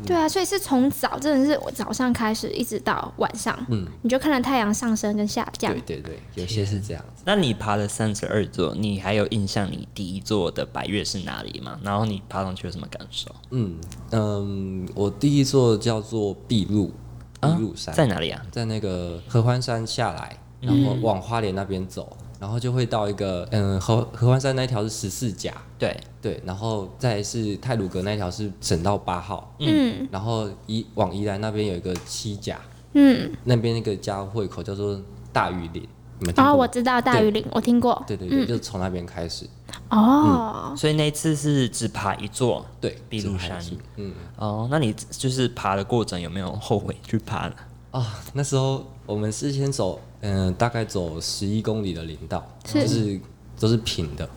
Speaker 1: 对啊，所以是从早真的是我早上开始，一直到晚上，嗯，你就看到太阳上升跟下降
Speaker 3: 对。对对，有些是这样子。
Speaker 2: 那你爬了三十二座，你还有印象你第一座的百越是哪里吗？然后你爬上去有什么感受？
Speaker 3: 嗯嗯，我第一座叫做碧路，碧路山、
Speaker 2: 在哪里啊？
Speaker 3: 在那个合欢山下来，然
Speaker 1: 嗯
Speaker 3: 后往花莲那边走，然后就会到一个嗯合合欢山那一条是十四甲，
Speaker 2: 对，
Speaker 3: 对，然后再来是泰鲁阁那一条是省道八号，
Speaker 1: 嗯
Speaker 3: 然后宜往宜兰那边有一个七甲，
Speaker 1: 嗯，
Speaker 3: 那边那个家会口叫做大屿岭，你们听
Speaker 1: 哦，
Speaker 3: 过
Speaker 1: 我
Speaker 3: 吗？
Speaker 1: 知嗯道大
Speaker 3: 对
Speaker 1: 鱼岭，我听过。
Speaker 3: 对对嗯对，就从那边开始，
Speaker 1: 哦，
Speaker 2: 所以那一次是只爬一座。
Speaker 3: 对，
Speaker 2: 碧
Speaker 3: 这
Speaker 2: 露
Speaker 3: 还
Speaker 2: 山
Speaker 3: 是嗯
Speaker 2: 哦，那你就是爬的过程有没有后悔去爬呢？
Speaker 3: 啊，那时候我们是先走，嗯、大概走十一公里的林道，
Speaker 1: 是
Speaker 3: 就是都是平的，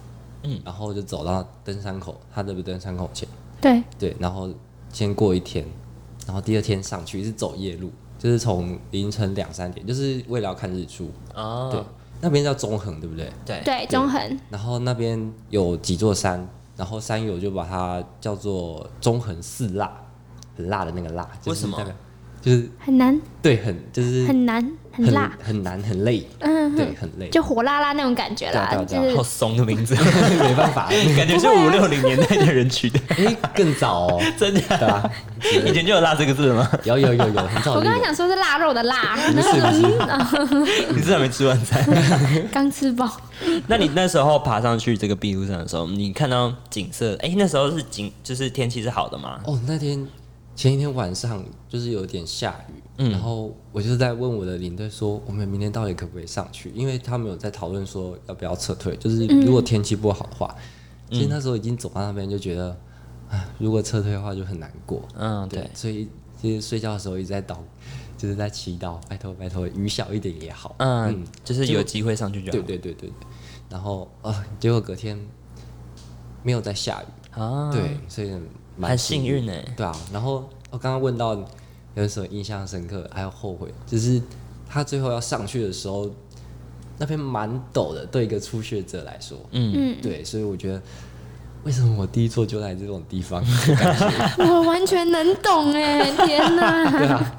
Speaker 3: 嗯，然后就走到登山口，它的登山口前，
Speaker 1: 对，
Speaker 3: 对，然后先过一天，然后第二天上去是走夜路，就是从凌晨两三点，就是为了要看日出，对
Speaker 2: 哦，，
Speaker 3: 那边叫中横，对不对？
Speaker 2: 对
Speaker 1: 对，中横，
Speaker 3: 然后那边有几座山，然后山友就把它叫做中横四辣，很辣的那个辣，
Speaker 2: 为
Speaker 3: 就是
Speaker 2: 什么
Speaker 3: 代表？就是
Speaker 1: 很难，
Speaker 3: 对，很就是
Speaker 1: 很难，很辣，
Speaker 3: 很难，很累，
Speaker 1: 嗯，
Speaker 3: 对，很累，
Speaker 1: 就火辣辣那种感觉啦，
Speaker 3: 对
Speaker 1: 就
Speaker 3: 啊对
Speaker 1: 是
Speaker 2: 好怂的名字，
Speaker 3: 没 办法。哎、
Speaker 2: 感觉是五六零年代的人 取的，
Speaker 3: 更早哦，
Speaker 2: 真的。
Speaker 3: 对啊，
Speaker 2: 以前就有“辣”这个字了 吗？
Speaker 3: 有有有有，很早
Speaker 1: 我
Speaker 3: 就有
Speaker 1: 刚刚想嗯说是腊肉的腊，
Speaker 3: 不是不是，
Speaker 2: 你是还没吃晚餐？
Speaker 1: 刚吃饱，
Speaker 2: 那你那时候爬上去这个壁路上的时候，你看到景色，哎、那时候是景，就是天气是好的吗？
Speaker 3: 哦，那天前一天晚上就是有点下雨，
Speaker 2: 嗯
Speaker 3: 然后我就在问我的领队说，我们明天到底可不可以上去？因为他们有在讨论说要不要撤退，就是
Speaker 1: 嗯
Speaker 3: 如果天气不好的话，
Speaker 2: 嗯
Speaker 3: 其实那时候已经走到那边就觉得，啊，如果撤退的话就很难过。
Speaker 2: 嗯，对，
Speaker 3: 所以其实睡觉的时候一直在祷，就是在祈祷，拜托拜托，雨小一点也好。
Speaker 2: 嗯，就是有机会上去就
Speaker 3: 对
Speaker 2: 好。
Speaker 3: 对对对对，然后啊、结果隔天没有在下雨，
Speaker 2: 啊，
Speaker 3: 对，所以蛮
Speaker 2: 很幸运呢。欸
Speaker 3: 对啊，然后我刚刚问到有什么印象深刻，还有后悔，就是他最后要上去的时候，那边蛮陡的，对一个初学者来说，
Speaker 1: 嗯，
Speaker 3: 对，所以我觉得为什么我第一座就来这种地方？
Speaker 1: 我完全能懂哎，天 哪！
Speaker 3: 对啊，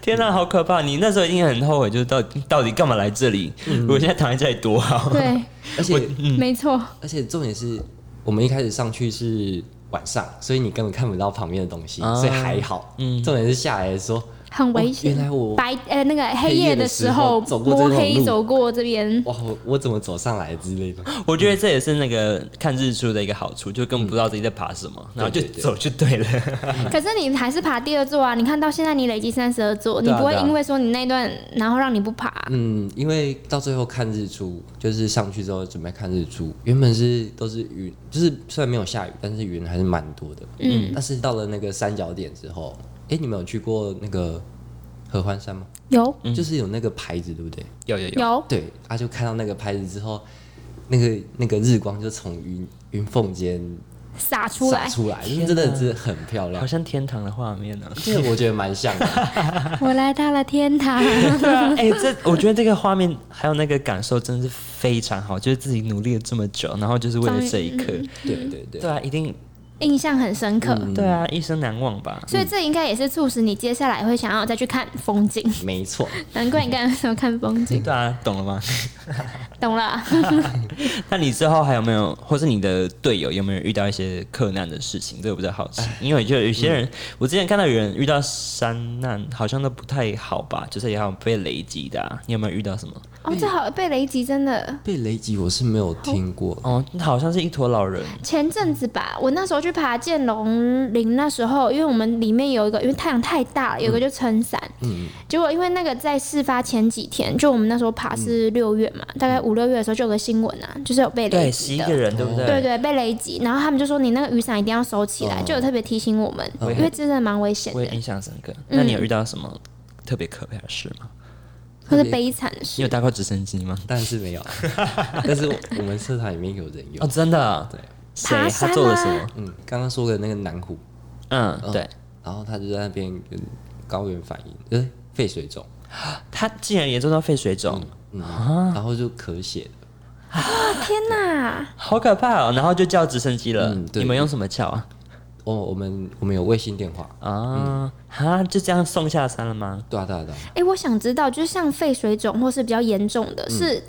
Speaker 2: 天哪、好可怕！你那时候一定很后悔，就是到到底干嘛来这里？我现在躺在这里多好。
Speaker 1: 对，
Speaker 3: 而且
Speaker 1: 没错，
Speaker 3: 而且重点是我们一开始上去是晚上，所以你根本看不到旁边的东西，
Speaker 2: 啊
Speaker 3: 所以还好。嗯，重点是下来的时候，
Speaker 1: 很危
Speaker 3: 哦
Speaker 1: 险。
Speaker 3: 原来我
Speaker 1: 白呃那个黑夜的时候
Speaker 3: 黑夜的时候走过这
Speaker 1: 摸
Speaker 3: 种路
Speaker 1: 黑走过这边，
Speaker 3: 哇，我我怎么走上来之类的？
Speaker 2: 我觉得这也是那个看日出的一个好处，就根本不知道自己在爬什么，然后就
Speaker 3: 对对对
Speaker 2: 走就对了。
Speaker 1: 可是你还是爬第二座啊！你看到现在你累积三十二座，你
Speaker 3: 对啊
Speaker 1: 不会
Speaker 3: 对啊
Speaker 1: 因为说你那一段然后让你不爬，
Speaker 3: 嗯，因为到最后看日出，就是上去之后准备看日出，原本是都是云，就是虽然没有下雨，但是云还是蛮多的。嗯，但是到了那个三角点之后，哎、你们有去过那个合欢山吗？
Speaker 1: 有
Speaker 3: 就是有那个牌子，对不对？
Speaker 2: 有有有，
Speaker 1: 有
Speaker 3: 对，他、就看到那个牌子之后，那个那个日光就从云云缝间
Speaker 1: 洒出
Speaker 3: 洒
Speaker 1: 来，
Speaker 3: 出来，真的是很漂
Speaker 2: 好
Speaker 3: 亮。
Speaker 2: 像天堂的画面呢、啊。
Speaker 3: 这个我觉得蛮像的，
Speaker 1: 我来到了天 堂。
Speaker 2: 对啊，哎、这我觉得这个画面还有那个感受真的是非常好，就是自己努力了这么久，然后就是为了这一刻。
Speaker 3: 对对对
Speaker 2: 对。啊，一定
Speaker 1: 印象很深刻。
Speaker 3: 嗯
Speaker 2: 对啊，一生难忘吧。
Speaker 1: 所以这应该也是促使你接下来会想要再去看风景，
Speaker 3: 没错，
Speaker 1: 难怪你刚刚说看风景，
Speaker 2: 对啊，懂了吗？
Speaker 1: 懂了。
Speaker 2: 那你之后还有没有，或是你的队友有没有遇到一些克难的事情？这个我比较好奇，因为就有些人，我之前看到有人遇到山难，好像都不太好吧，就是也好像被雷击的、啊。你有没有遇到什么？
Speaker 3: 哎
Speaker 1: 哦，这好被雷击，真的。
Speaker 3: 被雷击我是没有听过，
Speaker 2: 哦，好像是一坨老人，
Speaker 1: 前阵子吧，我那时候去爬剑龙岭，那时候因为我们里面有一个，因为太阳太大了，有一个就撑伞。结果因为那个在事发前几天，就我们那时候爬是六月嘛，大概五六月的时候就有个新闻啊，就是有嗯被雷
Speaker 2: 对，
Speaker 1: 击
Speaker 2: 十
Speaker 1: 的。
Speaker 2: 一个人，对不对？
Speaker 1: 对对，被雷击，然后他们就说你那个雨伞一定要收起来，就有特别提醒我们，因为真的蛮哦危险
Speaker 2: 我
Speaker 1: 的
Speaker 2: 也，印象深刻。那你有遇到什么特别可怕的事吗？
Speaker 1: 或者悲惨的事
Speaker 2: 你有。搭过直升机吗？
Speaker 3: 但是没有，啊 但是我们社团里面有人有
Speaker 2: 哦，。真的啊？
Speaker 3: 对
Speaker 2: 谁？
Speaker 1: 爬
Speaker 2: 他
Speaker 1: 山啊
Speaker 2: 做了什么？
Speaker 3: 嗯，刚刚说的那个南湖，
Speaker 2: 嗯，对，
Speaker 3: 然后他就在那边有高原反应，就是肺水肿，
Speaker 2: 他竟然严重到肺水肿，
Speaker 3: 嗯，然后就咳血了。
Speaker 1: 天哪！
Speaker 2: 好可怕哦！然后就叫直升机了。
Speaker 3: 嗯对
Speaker 2: 你们用什么叫啊？
Speaker 3: 哦，我们我们有卫星电话，
Speaker 2: 啊，哈，就这样送下山了吗？
Speaker 3: 对啊对啊对啊，
Speaker 1: 哎、我想知道，就是像肺水肿或是比较严重的，是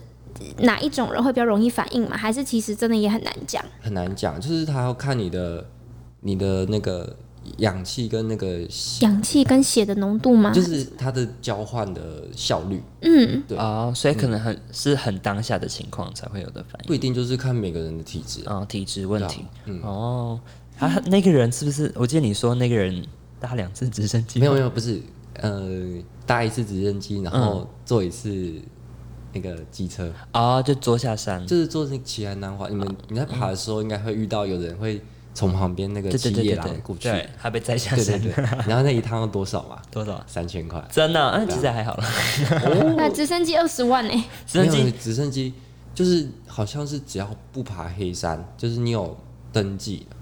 Speaker 1: 哪一种人会比较容易反应吗？还是其实真的也很难讲？
Speaker 3: 很难讲，就是他要看你的你的那个氧气跟那个血
Speaker 1: 氧气跟血的浓度吗？
Speaker 3: 就是它的交换的效率，
Speaker 1: 嗯，
Speaker 3: 对
Speaker 2: 哦，所以可能很、是很当下的情况才会有的反
Speaker 3: 不
Speaker 2: 应，
Speaker 3: 一定就是看每个人的体质啊。
Speaker 2: 哦，体质问题
Speaker 3: 对啊，
Speaker 2: 哦，啊，那个人是不是？我记得你说那个人搭两次直升机，
Speaker 3: 没有没有，不是，呃，搭一次直升机，然后坐一次那个机车，
Speaker 2: 哦，就坐下山，
Speaker 3: 就是坐那个奇安南华。你
Speaker 2: 啊
Speaker 3: 们你在爬的时候，应该会遇到有人会从旁边那个
Speaker 2: 对对
Speaker 3: 七
Speaker 2: 对对
Speaker 3: 叶狼过
Speaker 2: 对，
Speaker 3: 去，
Speaker 2: 对，还被载下
Speaker 3: 对对
Speaker 2: 山，
Speaker 3: 对。然后那一趟要多少嘛？
Speaker 2: 多少？
Speaker 3: 三千块。
Speaker 2: 真的、
Speaker 3: 啊
Speaker 2: 嗯，其实还好了。
Speaker 1: 那直升机二十万呢、
Speaker 2: 哦
Speaker 1: 欸
Speaker 2: 直升
Speaker 3: 没有
Speaker 2: 机
Speaker 3: 直升机就是好像是只要不爬黑山，就是你有登记的，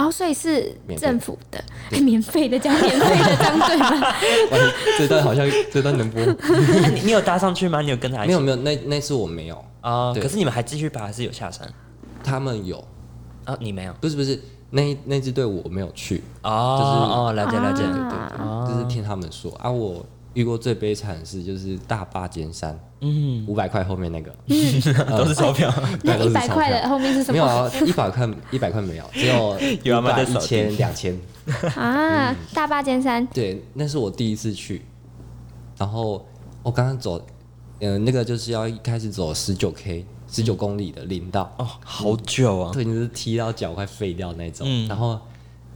Speaker 1: 哦，所以是
Speaker 3: 免费
Speaker 1: 政府的，免费的加 免费的张队吗？
Speaker 3: 哇这段好像 这段能播？
Speaker 2: 哎你你有搭上去吗？你有跟他一起
Speaker 3: 没有没有，那那次我没有，
Speaker 2: 哦，
Speaker 3: 对
Speaker 2: 可是你们还继续爬，还是有下山？
Speaker 3: 他们有，啊
Speaker 2: 哦，你没有
Speaker 3: 不是不是，那那支队我没有去，
Speaker 2: 哦哦，了解了解，
Speaker 3: 对对对，就是听他们说啊。我遇过最悲惨的事就是大巴尖山，嗯，五百块后面那个，
Speaker 2: 都是钞票。
Speaker 1: 那
Speaker 3: 对都
Speaker 1: 一
Speaker 3: 是
Speaker 1: 百
Speaker 3: 钞
Speaker 1: 块
Speaker 3: 票
Speaker 1: 的后面是什
Speaker 3: 没有
Speaker 1: 么
Speaker 3: 啊，一百块一百块没有，只有
Speaker 2: 有阿嬷
Speaker 3: 一百
Speaker 2: 在
Speaker 3: 一
Speaker 2: 扫地
Speaker 3: 千两千。嗯
Speaker 1: 啊？大坝尖山，
Speaker 3: 对，那是我第一次去，然后我刚刚走，呃，那个就是要一开始走十九 K 十九公里的林道，
Speaker 2: 哦，好久啊！嗯
Speaker 3: 对，你是踢到脚快废掉那种，然后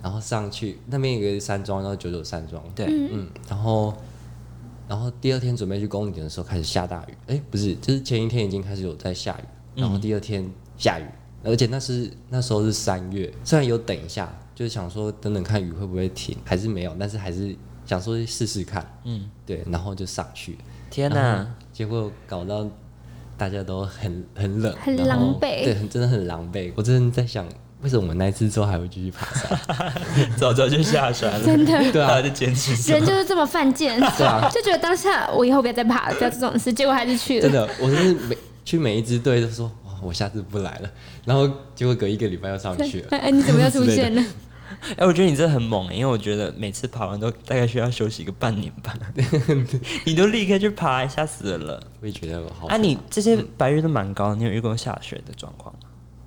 Speaker 3: 然后上去那边有个山庄叫九九山庄，
Speaker 2: 对
Speaker 3: 嗯，然后然后第二天准备去攻顶的时候开始下大雨，哎，不是，就是前一天已经开始有在下
Speaker 2: 嗯
Speaker 3: 雨，然后第二天下雨，而且那是那时候是三月，虽然有等一下，就是想说等等看雨会不会停，还是没有，但是还是想说试试看，嗯，对，然后就上去了，
Speaker 2: 天哪、
Speaker 3: 然后结果搞到大家都很很冷，
Speaker 1: 很
Speaker 3: 然后
Speaker 1: 狼狈
Speaker 3: 对，很真的很狼狈。我真的在想，为什么我那一次之后还会继续爬 山？
Speaker 2: 早早就下船了，真的，对啊，就捡起
Speaker 1: 人就是这么犯 贱，
Speaker 3: 啊
Speaker 1: 就觉得当下我以后不要再爬了，不要做这种事，结果还是去
Speaker 3: 真
Speaker 1: 了。
Speaker 3: 的，我真是每去每一支队都说，哇，我下次不来了。然后结果隔一个礼拜又上去了。
Speaker 1: 哎、哎你怎么又出现了？
Speaker 2: 哎、我觉得你真的很猛、因为我觉得每次爬完都大概需要休息个半年 吧。你都立刻去爬，吓死人了！
Speaker 3: 我也觉得我好
Speaker 2: 啊，你这些白日都蛮高，你有遇过下雪的状况吗？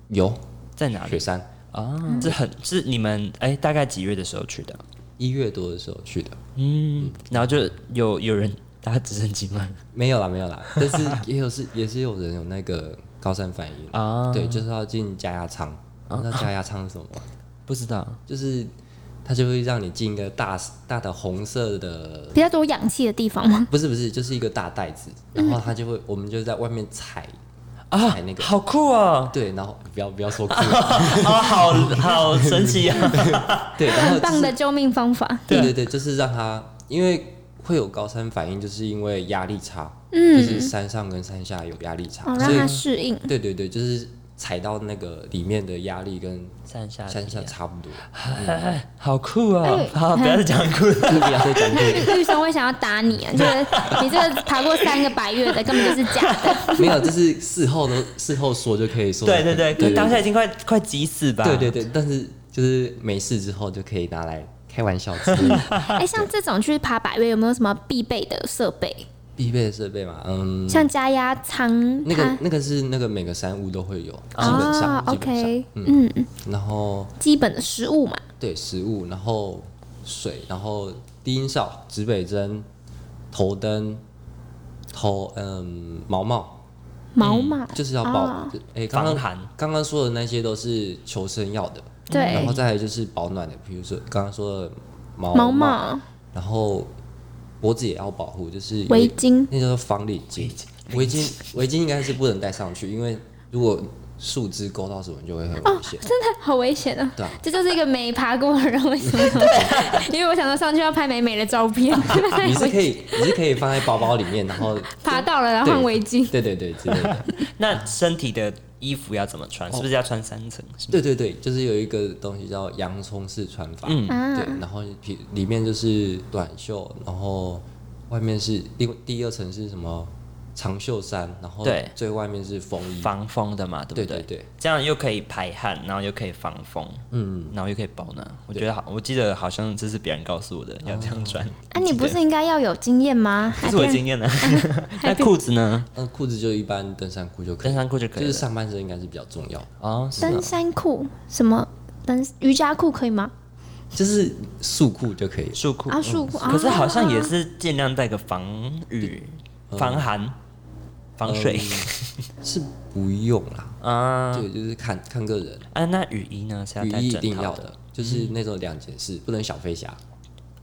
Speaker 3: 有
Speaker 2: 在哪里
Speaker 3: 雪山
Speaker 2: 啊？这很是你们哎、大概几月的时候去的？
Speaker 3: 一月多的时候去的，
Speaker 2: 嗯，然后就有有人搭直升机吗？
Speaker 3: 没有啦，没有 啦。但是也有是也是有人有那个高山反应
Speaker 2: 啊
Speaker 3: 对，就是要进加压舱。
Speaker 1: 啊
Speaker 3: 你知道加压舱是什么吗？
Speaker 2: 不知道，
Speaker 3: 就是它就会让你进一个大大的红色的
Speaker 1: 比较多氧气的地方吗？
Speaker 3: 不是不是，就是一个大袋子，
Speaker 1: 嗯
Speaker 3: 然后它就会，我们就在外面踩
Speaker 2: 哎
Speaker 3: 啊，踩那个，
Speaker 2: 好酷 哦！
Speaker 3: 对，然后不要不要说哭，
Speaker 1: 哦
Speaker 2: 啊，好好神奇啊！
Speaker 3: 对，然
Speaker 1: 很
Speaker 3: 后就
Speaker 1: 棒
Speaker 3: 是
Speaker 1: 的救命方法。
Speaker 3: 对对对，就是让它，因为会有高山反应，就是因为压力差，就是山上跟山下有压力差，
Speaker 1: 嗯哦，
Speaker 3: 所
Speaker 1: 让
Speaker 3: 以
Speaker 1: 它适应。
Speaker 3: 对对对，就是踩到那个里面的压力跟
Speaker 2: 山下
Speaker 3: 山下差不多，
Speaker 2: 哎，好酷哦！
Speaker 1: 哎
Speaker 2: 好，不要再讲酷了。
Speaker 3: 就不要再讲这个。
Speaker 1: 玉生会想要打你啊，就是你这个爬过三个白月的，根本就是假 的。
Speaker 3: 没有，就是事后都事后说就可以说，
Speaker 2: 对对对，可当下已经快快急死吧？
Speaker 3: 对对对，但是就是没事之后就可以拿来开玩笑之类的。
Speaker 1: 哎、像这种去爬百越有没有什么必备的设备？
Speaker 3: 必备的设备嘛，嗯，
Speaker 1: 像加压舱，
Speaker 3: 那个
Speaker 1: 啊
Speaker 3: 那个是那个每个山屋都会有，基本上
Speaker 1: 啊
Speaker 3: 基本上，
Speaker 1: ，OK，嗯
Speaker 3: 然后
Speaker 1: 基本的食物嘛，
Speaker 3: 对食物，然后水，然后低音哨、指北针、头灯、头嗯毛毛，
Speaker 1: 毛嘛，
Speaker 3: 嗯就是要保
Speaker 1: 啊
Speaker 3: 哎刚
Speaker 2: 防
Speaker 3: 刚
Speaker 2: 寒
Speaker 3: 刚刚说的那些都是求生要的，然
Speaker 1: 对
Speaker 3: 后，再来就是保暖的，比如说刚刚说的毛
Speaker 1: 毛
Speaker 3: 毛，
Speaker 1: 毛、
Speaker 3: 然后脖子也要保护，就是有
Speaker 1: 围巾，
Speaker 3: 那叫做防领巾。围巾围巾应该是不能戴上去，因为如果树枝勾到什么，就会很
Speaker 1: 哦
Speaker 3: 危险。
Speaker 1: 真的好危险啊！
Speaker 3: 对啊
Speaker 1: 这就是一个没爬过的人为什么？ 因为我想说上去要拍美美的照片，
Speaker 3: 你是可以，你是可以放在包包里面，然 后
Speaker 1: 爬到了然后换围巾。
Speaker 3: 对对对之类的。
Speaker 2: 那身体的衣服要怎么穿？是不是要穿三层？是吗
Speaker 3: 对对对，就是有一个东西叫洋葱式穿法，
Speaker 2: 嗯
Speaker 1: 啊
Speaker 3: 对，然后皮里面就是短袖，然后外面是第第二层是什么长袖衫，然后
Speaker 2: 对
Speaker 3: 最外面是风衣，
Speaker 2: 防风的嘛，对不
Speaker 3: 对
Speaker 2: 对？
Speaker 3: 对对，
Speaker 2: 这样又可以排汗，然后又可以防风，嗯，然后又可以保暖。我觉得好，我记得好像这是别人告诉我的，要这样穿。
Speaker 1: 啊，你不是应该要有经验吗？
Speaker 2: 这
Speaker 1: 还
Speaker 2: 是我的
Speaker 1: 变啊哎
Speaker 2: 经验 呢。那裤子呢？
Speaker 3: 那裤子就一般登山裤就可
Speaker 2: 登
Speaker 3: 以了，
Speaker 2: 山裤就可以
Speaker 3: 就是
Speaker 2: 了。
Speaker 3: 上半身应该是比较重要的。
Speaker 2: 哦，是
Speaker 1: 登
Speaker 2: 啊
Speaker 1: 山裤什么？登瑜伽裤可以吗？
Speaker 3: 就是束裤就可以。
Speaker 2: 束裤
Speaker 1: 啊束裤
Speaker 2: 嗯可是好像也
Speaker 1: 啊
Speaker 2: 是尽量带个防雨、防寒、防水
Speaker 3: 是不用啦，
Speaker 2: 啊。
Speaker 3: 对，就是看看个人，
Speaker 2: 啊，那雨衣呢是要
Speaker 3: 雨
Speaker 2: 带
Speaker 3: 衣一
Speaker 2: 整
Speaker 3: 定要
Speaker 2: 套，
Speaker 3: 的，就是那种两件事，不能小飞侠，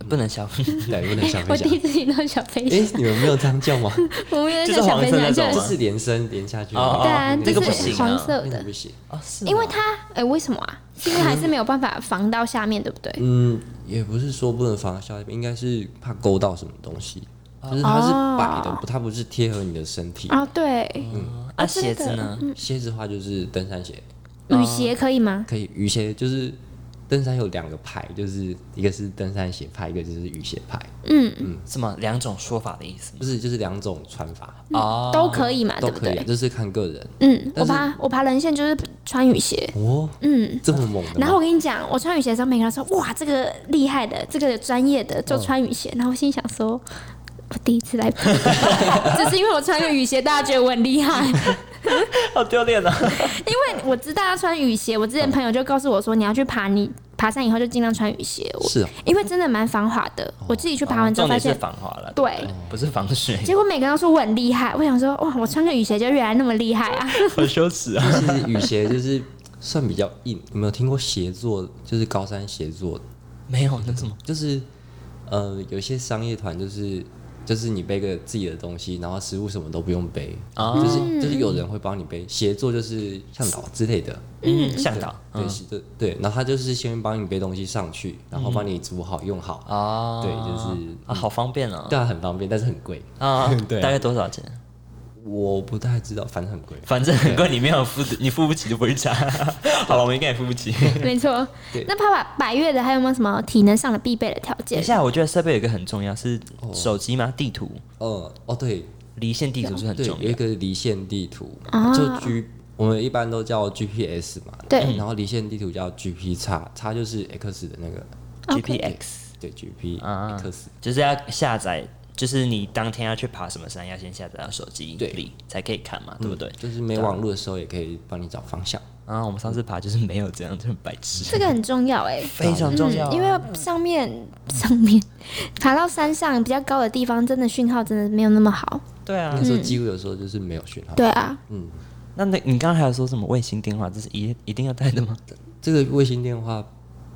Speaker 2: 不 能消费。
Speaker 3: 对，不能小
Speaker 1: 我
Speaker 3: 飞侠
Speaker 1: 第。一次听到小飞
Speaker 3: 哎
Speaker 1: 侠，，
Speaker 3: 你们没有这样叫 吗？
Speaker 1: 我们有
Speaker 2: 就
Speaker 1: 点
Speaker 2: 是
Speaker 1: 小
Speaker 2: 黄
Speaker 1: 飞
Speaker 2: 色
Speaker 1: 侠，
Speaker 2: 那
Speaker 1: 就
Speaker 2: 种吗
Speaker 3: 就是是连身连下去的，
Speaker 2: 哦
Speaker 1: 对啊，
Speaker 2: 那
Speaker 1: 就
Speaker 2: 个不
Speaker 1: 是
Speaker 2: 行啊
Speaker 1: 黄色
Speaker 3: 那个
Speaker 1: 的
Speaker 3: 不，行。啊
Speaker 2: 哦，是
Speaker 1: 因为
Speaker 2: 吗
Speaker 1: 它哎为什么啊？是因为还是没有办法防到下面，对不对？
Speaker 3: 嗯，也不是说不能防下应该是怕勾到什么东西，就是它是白的，不，它不是贴合你的身体。
Speaker 1: 哦啊，对，
Speaker 2: 啊，
Speaker 1: 哦真
Speaker 2: 鞋子
Speaker 1: 的
Speaker 2: 呢？
Speaker 3: 鞋子的话就是登山鞋，嗯
Speaker 1: 雨鞋可以吗？
Speaker 3: 可以雨鞋就是登山有两个派，就是一个是登山鞋派，一个就是雨鞋派，
Speaker 2: 什么两种说法的意思吗？
Speaker 3: 不是就是两种穿法。
Speaker 2: 哦，
Speaker 1: 嗯都可以嘛，
Speaker 3: 都
Speaker 1: 对不
Speaker 3: 可以、啊，
Speaker 1: 对？
Speaker 3: 就是看个人
Speaker 1: 嗯，我
Speaker 3: 但是
Speaker 1: 爬我爬人线就是穿雨鞋。
Speaker 3: 哦。嗯，这么猛的吗，
Speaker 1: 然后我跟你讲，我穿雨鞋的时候，每个人说哇，这个厉害的，这个专业的就穿雨鞋。然后我心想说，我第一次 来爬，只是因为我穿个雨鞋，大家觉得我很厉 害。
Speaker 2: 好丢脸 啊！
Speaker 1: 因为我知道要穿雨鞋，我之前朋友就告诉我说，你要去爬你爬山以后就尽量穿雨鞋，我
Speaker 3: 是啊，
Speaker 1: 因为真的蛮防滑的。
Speaker 3: 哦
Speaker 1: 我自己去爬完之后
Speaker 2: 哦重
Speaker 1: 发
Speaker 2: 点是
Speaker 1: 现，
Speaker 2: 防滑了，
Speaker 1: 对
Speaker 3: 嗯
Speaker 2: 不，不是防水，
Speaker 1: 结果每个人都说我很厉害，我想说哇，我穿个雨鞋就原来那么厉害啊！
Speaker 2: 好羞耻啊！
Speaker 3: 其实雨鞋就是算比较硬。有没有听过协作？就是高山协作，
Speaker 2: 没有那什么，
Speaker 3: 就是呃，有些商业团就是就是你背个自己的东西，然后食物什么都不用背，
Speaker 2: 哦
Speaker 1: 嗯
Speaker 3: 就是就是有人会帮你背。协作就是向导之类的，
Speaker 2: 嗯，向导，
Speaker 3: 对
Speaker 2: 嗯，
Speaker 3: 是的，对。然后他就是先帮你背东西上去，然后帮你煮好用好，
Speaker 2: 哦，
Speaker 3: 对就是
Speaker 2: 嗯啊，好方便哦，
Speaker 3: 对啊，很方便，但是很贵。
Speaker 2: 啊，
Speaker 3: 对
Speaker 2: 大概多少钱？
Speaker 3: 我不太知道，反正很贵。
Speaker 2: 反正很贵，你没有付，你付不起就不会查。好了，我们应该也付不起。
Speaker 1: 没错
Speaker 3: 对。
Speaker 1: 那爸爸百月的还有没有什么体能上的必备的条
Speaker 2: 等
Speaker 1: 件
Speaker 2: 一？下，我觉得设备有一个很重要，是手机吗？地图，
Speaker 3: 嗯，哦对
Speaker 2: 离线地图是很
Speaker 3: 对，
Speaker 2: 重
Speaker 3: 有一
Speaker 2: 要。
Speaker 3: 个离线地图，
Speaker 1: 啊
Speaker 3: 就 G，我们一般都叫 GPS 嘛。
Speaker 1: 对
Speaker 3: 然后离线地图叫 GP 叉，叉就是 X 的那个，
Speaker 1: 哦
Speaker 2: GPX
Speaker 3: 对 GP
Speaker 2: 啊
Speaker 3: X。
Speaker 2: 就是要下载，就是你当天要去爬什么山，要先下载到手机
Speaker 3: 对
Speaker 2: 里才可以看嘛，对不对？啊
Speaker 3: 就是没网络的时候也可以帮你找方向。
Speaker 1: 嗯
Speaker 2: 然后我们上次爬就是没有这样，就很白痴，
Speaker 1: 这个很重要哎、
Speaker 2: 非常重要啊。
Speaker 1: 嗯，因为上面上面爬到山上比较高的地方，真的讯号真的没有那么好。
Speaker 2: 对啊
Speaker 3: 那，时候几乎有时候就是没有讯号。
Speaker 1: 对啊，
Speaker 2: 那那你刚才还有说什么卫星电话，这是一一定要带的吗？
Speaker 3: 这个卫星电话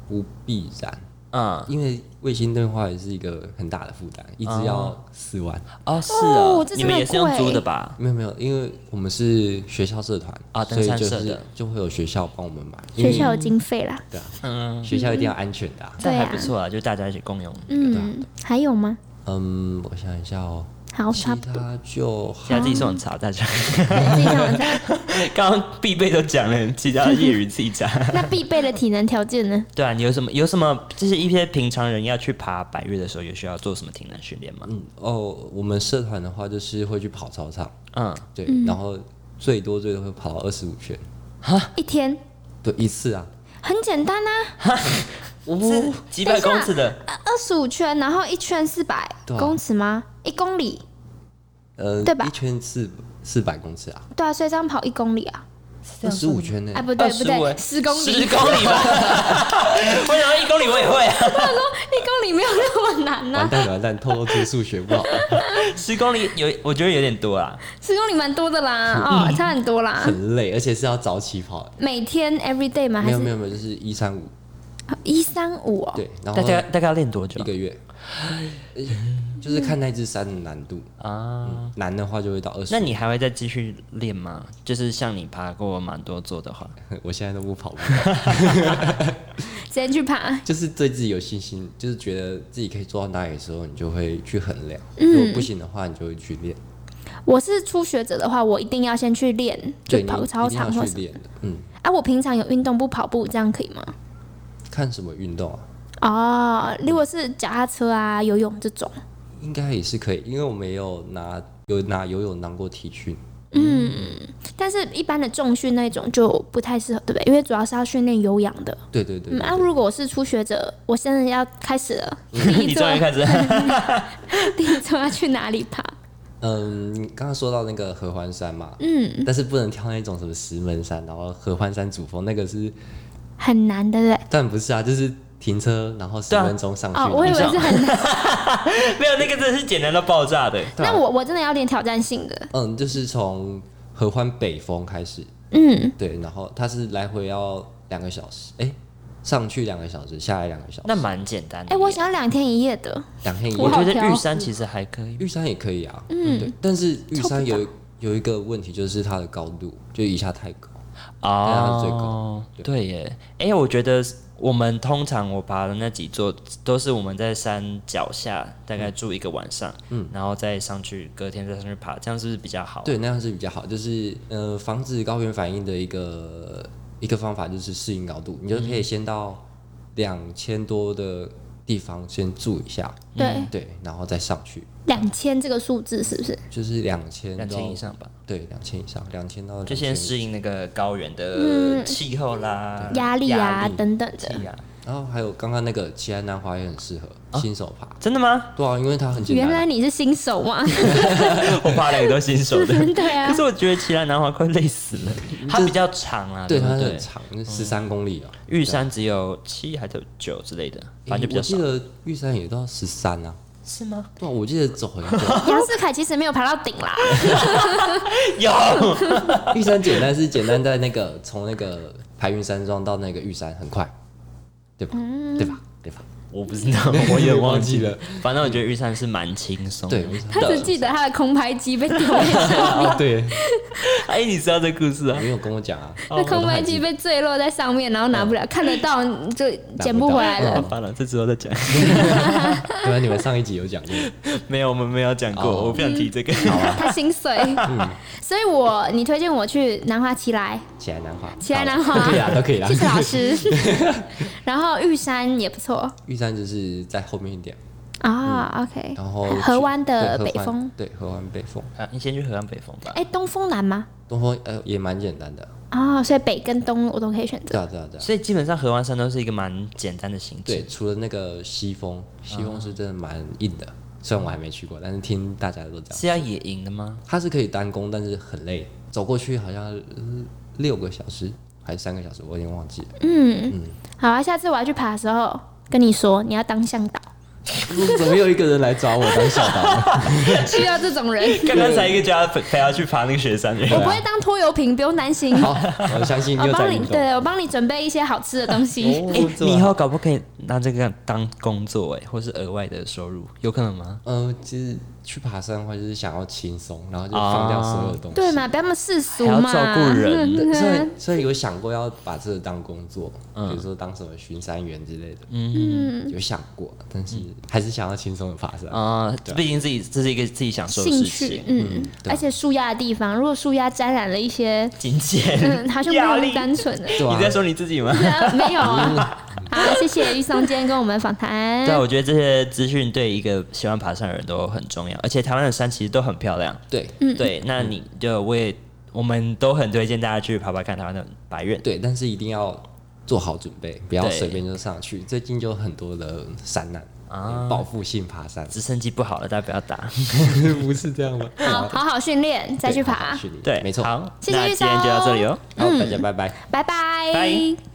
Speaker 3: 不必然，
Speaker 2: 嗯，
Speaker 3: 因为卫星电话也是一个很大的负担，一直要四万。
Speaker 2: 哦是
Speaker 1: 哦
Speaker 2: 哦，
Speaker 1: 这
Speaker 2: 你
Speaker 1: 真的
Speaker 2: 们也是用
Speaker 1: 贵
Speaker 2: 租的吧？
Speaker 3: 没有没有，因为我们是学校社团
Speaker 2: 啊
Speaker 3: 所以
Speaker 2: 登山
Speaker 3: 就
Speaker 2: 社
Speaker 3: 是
Speaker 2: 的
Speaker 3: 就会有学校帮我们买，因
Speaker 1: 学
Speaker 3: 为
Speaker 1: 校有经费啦。
Speaker 3: 对啊，
Speaker 2: 嗯，
Speaker 3: 学校一定要安全的啊、
Speaker 2: 这
Speaker 1: 对
Speaker 2: 还
Speaker 1: 啊
Speaker 2: 不错啊，就大家一起共用。
Speaker 1: 嗯，还有吗？
Speaker 3: 嗯，我想一下哦，
Speaker 1: 好，
Speaker 3: 其
Speaker 1: 差不多。
Speaker 3: 他就
Speaker 2: 现在自己上网查，大家
Speaker 1: 自己上网查
Speaker 2: 刚刚必备都讲了，其他的业余自己查。
Speaker 1: 那必备的体能条件呢？
Speaker 2: 对啊，你有什么有什么，就是一些平常人要去爬百越的时候，有需要做什么体能训练吗？
Speaker 3: 嗯哦，我们社团的话就是会去跑操场，
Speaker 2: 嗯，
Speaker 3: 对，然后最多最多会跑到二十五圈，
Speaker 1: 一天
Speaker 3: 对，一次啊，
Speaker 1: 很简单啊，
Speaker 2: 是几百公尺的，
Speaker 1: 二十五圈，然后一圈四百
Speaker 3: 对啊
Speaker 1: 公尺吗？一公里。
Speaker 3: 呃，
Speaker 1: 对吧
Speaker 3: 一圈四四百公尺啊，
Speaker 1: 对啊，所以这样跑一公里啊？
Speaker 3: 二十五圈呢、
Speaker 1: 哎，不对不对，
Speaker 2: 十
Speaker 1: 十公里，
Speaker 2: 十公里吧。 我想到一公里我也会啊，
Speaker 1: 一公里没有那么难
Speaker 3: 完
Speaker 1: 呐，
Speaker 3: 蛋完蛋，透露出数学不好，
Speaker 2: 十公里有我觉得有点多啊啦。
Speaker 1: 十公里蛮多的啦，哦，差很多啦。
Speaker 3: 嗯很累，而且是要早起跑。
Speaker 1: 每天 every day 啊吗？还
Speaker 3: 没有
Speaker 1: 是
Speaker 3: 没有没有，就是一三五，
Speaker 1: 一三五哦？
Speaker 3: 对，然
Speaker 2: 大
Speaker 3: 后
Speaker 2: 概大概要练多久啊
Speaker 3: 一个月，就是看那只山的难度，嗯
Speaker 2: 啊？
Speaker 3: 难的话就会到二十。
Speaker 2: 那你还会再继续练吗？就是像你爬过蛮多座的话，
Speaker 3: 我现在都不跑步，
Speaker 1: 直接去爬。
Speaker 3: 就是对自己有信心，就是觉得自己可以做到哪里的时候，你就会去衡量。
Speaker 1: 嗯
Speaker 3: 如果不行的话，你就会去练。
Speaker 1: 我是初学者的话，我一定要先去练，就
Speaker 3: 对，你
Speaker 1: 跑操
Speaker 3: 一定要
Speaker 1: 场或什
Speaker 3: 去
Speaker 1: 么。
Speaker 3: 练的。嗯，
Speaker 1: 啊，我平常有运动不跑步，这样可以吗？
Speaker 3: 看什么运动啊？
Speaker 1: 哦，如果是脚踏车啊、游泳这种，
Speaker 3: 应该也是可以，因为我们也有拿有拿游泳当过体训，
Speaker 1: 但是一般的重训那种就不太适合，对不对？因为主要是要训练有氧的。
Speaker 3: 对对对
Speaker 1: 嗯，
Speaker 3: 对
Speaker 1: 啊，如果我是初学者，我现在要开始了， 第
Speaker 2: 你
Speaker 1: 一座
Speaker 2: 终于开始
Speaker 1: 第一座要去哪里爬？
Speaker 3: 嗯，你刚刚说到那个合欢山嘛，嗯，但是不能挑那种什么石门山，然后合欢山主峰那个是，
Speaker 1: 很难的，对不对？
Speaker 3: 但不是啊，就是停车然后十
Speaker 2: 对啊
Speaker 3: 分钟上去
Speaker 1: 哦，，我以为是很难。
Speaker 2: 没有那个真的是简单到爆炸的。
Speaker 3: 对啊
Speaker 1: 那我我真的要练挑战性的，
Speaker 3: 嗯，就是从合欢北峰开始，
Speaker 1: 嗯，
Speaker 3: 对，然后它是来回要两个小时，哎、上去两个小时，下来两个小时，
Speaker 2: 那蛮简单的
Speaker 1: 哎、
Speaker 2: 耶。
Speaker 1: 我想要两天一夜的，
Speaker 3: 两天一
Speaker 2: 我
Speaker 3: 夜。
Speaker 2: 觉得
Speaker 1: 我好挑
Speaker 2: 玉山其实还可以。
Speaker 3: 玉山也可以啊，嗯，对，但是玉山有有一个问题就是它的高度就一下太高，它是最
Speaker 2: 哦
Speaker 3: 高，
Speaker 2: 对耶，哎、我觉得我们通常我爬的那几座都是我们在山脚下大概住一个晚上，嗯，然后再上去，隔天再上去爬，这样是不是比较好？，
Speaker 3: 对，那样是比较好，就是呃防止高原反应的一个一个方法就是适应高度，你就可以先到两千多的地方先住一下，
Speaker 1: 对，
Speaker 3: 对，然后再上去，
Speaker 1: 两千这个数字是不是？
Speaker 3: 就是两千
Speaker 2: 两
Speaker 3: 到
Speaker 2: 千以上吧，
Speaker 3: 对，两千以上，两千到
Speaker 2: 就
Speaker 3: 2500
Speaker 2: 先适应那个高原的气候啦、
Speaker 1: 嗯
Speaker 3: 嗯
Speaker 1: 压力啊
Speaker 2: 压力
Speaker 1: 等等的，
Speaker 2: 气啊。
Speaker 3: 然后还有刚刚那个奇安南华也很适合、新手爬，
Speaker 2: 真的吗？
Speaker 3: 对啊，因为它很简单。
Speaker 1: 原来你是新手吗？
Speaker 2: 我爬两个都新手的，
Speaker 1: 对啊
Speaker 2: 可，是我觉得奇兰南华快累死了，它比较长啊，
Speaker 3: 对
Speaker 2: 不
Speaker 3: 它
Speaker 2: 对
Speaker 3: 很？长，十三公里啊。
Speaker 2: 玉山只有七还是九之类的，反正就比
Speaker 3: 诶
Speaker 2: 较
Speaker 3: 我记
Speaker 2: 少，
Speaker 3: 得玉山也到十三啊，
Speaker 2: 是吗？
Speaker 3: 对啊，我记得走很久。
Speaker 1: 杨世凯其实没有爬到顶 啦，
Speaker 2: 有。
Speaker 3: 玉山简单是简单在那个从那个排云山庄到那个玉山很快，对吧？
Speaker 1: 嗯
Speaker 3: 对吧？对吧？
Speaker 2: 我不知 道，我也忘记
Speaker 3: 忘
Speaker 2: 了。反正我觉得玉山是蛮轻松的。
Speaker 3: 对，我
Speaker 1: 他只记得他的空拍 机被丢在
Speaker 3: 啊，对，
Speaker 2: 哎，你知道这故事啊
Speaker 3: 你？有跟我讲啊，
Speaker 1: 那空拍机被坠落在上面，然后拿不了，看得到就捡不回来
Speaker 3: 嗯拿
Speaker 2: 太
Speaker 1: 了。
Speaker 2: 烦了，这之后再讲。
Speaker 3: 对啊，你们上一集有讲过，
Speaker 2: 没有，我们没有讲过，
Speaker 3: 哦
Speaker 2: 我不想提这个。
Speaker 1: 他心碎，
Speaker 3: 嗯
Speaker 1: 所以我你推荐我去南华奇来，
Speaker 3: 起来南华，
Speaker 1: 奇来南
Speaker 3: 好
Speaker 1: 华，
Speaker 3: 可以啦，都可以啦
Speaker 1: 谢。谢老师。然后玉山也不错
Speaker 3: 玉山就是在后面一点，
Speaker 1: 啊，OK。
Speaker 3: 嗯然后
Speaker 1: 河湾的
Speaker 3: 对
Speaker 1: 北
Speaker 3: 河湾
Speaker 1: 风，
Speaker 3: 对，河湾北风，
Speaker 2: 啊，你先去河岸北风吧。
Speaker 1: 哎，东风南吗？
Speaker 3: 东风呃也蛮简单的，
Speaker 1: 啊，所以北跟东我都可以选择。
Speaker 3: 对啊对啊对啊，
Speaker 2: 所以基本上河湾山都是一个蛮简单的行程。
Speaker 3: 对，，除了那个西风，西风是真的蛮硬的，虽然我还没去过，但是听大家都讲，
Speaker 2: 是要野营的吗？
Speaker 3: 它是可以单攻，但是很累，走过去好像呃六个小时还是三个小时，我有点忘记了。
Speaker 1: 好啊，下次我要去爬的时候跟你说，你要当向导，
Speaker 3: 怎么有一个人来找我当小导？
Speaker 1: 需要这种人。
Speaker 2: 刚刚才一个家陪陪他去爬那个雪山的哎
Speaker 1: 我
Speaker 2: 人，
Speaker 1: 不会当拖油瓶，不用担心。
Speaker 3: 好，我相信你
Speaker 1: 我
Speaker 3: 有在
Speaker 1: 帮你
Speaker 3: 运，动。
Speaker 1: 对我帮你准备一些好吃的东西。
Speaker 2: 哎、
Speaker 3: 哦，这
Speaker 2: 你以
Speaker 3: 么好
Speaker 2: 后搞不可以拿这个当工作哎、或是额外的收入，有可能吗？
Speaker 3: 呃，其实去爬山的话，就是想要轻松，然后就放掉所有的东西。
Speaker 1: 对嘛，不要那么世俗
Speaker 2: 还要
Speaker 1: 嘛。
Speaker 2: 照顾人
Speaker 1: 对
Speaker 3: 所
Speaker 1: 啊
Speaker 3: 以，所以有想过要把这个当工作，比如说当什么巡山员之类的，嗯，有想过，但是还是想要轻松的爬山。
Speaker 2: 啊、毕竟自己这是一个自己享受的
Speaker 1: 兴趣
Speaker 2: 事情，，
Speaker 1: 嗯，而且树压的地方，如果树压沾染了一些，
Speaker 2: 金钱。
Speaker 1: 嗯，好像没有那么单纯了。
Speaker 3: 对啊
Speaker 2: 你在说你自己吗？
Speaker 1: 对啊没有啊。 好，谢谢玉松今天跟我们访谈
Speaker 2: 对，。我啊觉得这些资讯对一个喜欢爬山的人都很重要，而且台湾的山其实都很漂亮。
Speaker 3: 对
Speaker 1: 嗯
Speaker 2: 对，那你就我也我们都很推荐大家去爬爬看台湾的白月。
Speaker 3: 对，但是一定要做好准备，不要
Speaker 2: 对
Speaker 3: 随便就上去。最近就有很多的山难
Speaker 2: 啊
Speaker 3: 报复性爬山，
Speaker 2: 直升机不好了，大家不要打。
Speaker 3: 不是这样吗？
Speaker 1: 好好好训练，再去
Speaker 3: 对
Speaker 1: 爬。
Speaker 3: 是的
Speaker 2: 对，
Speaker 3: 没错。
Speaker 2: 好，
Speaker 1: 谢谢
Speaker 2: 那
Speaker 1: 玉
Speaker 2: 今天就到这里哦。
Speaker 3: 好，大家拜拜。
Speaker 1: 拜拜。
Speaker 2: 拜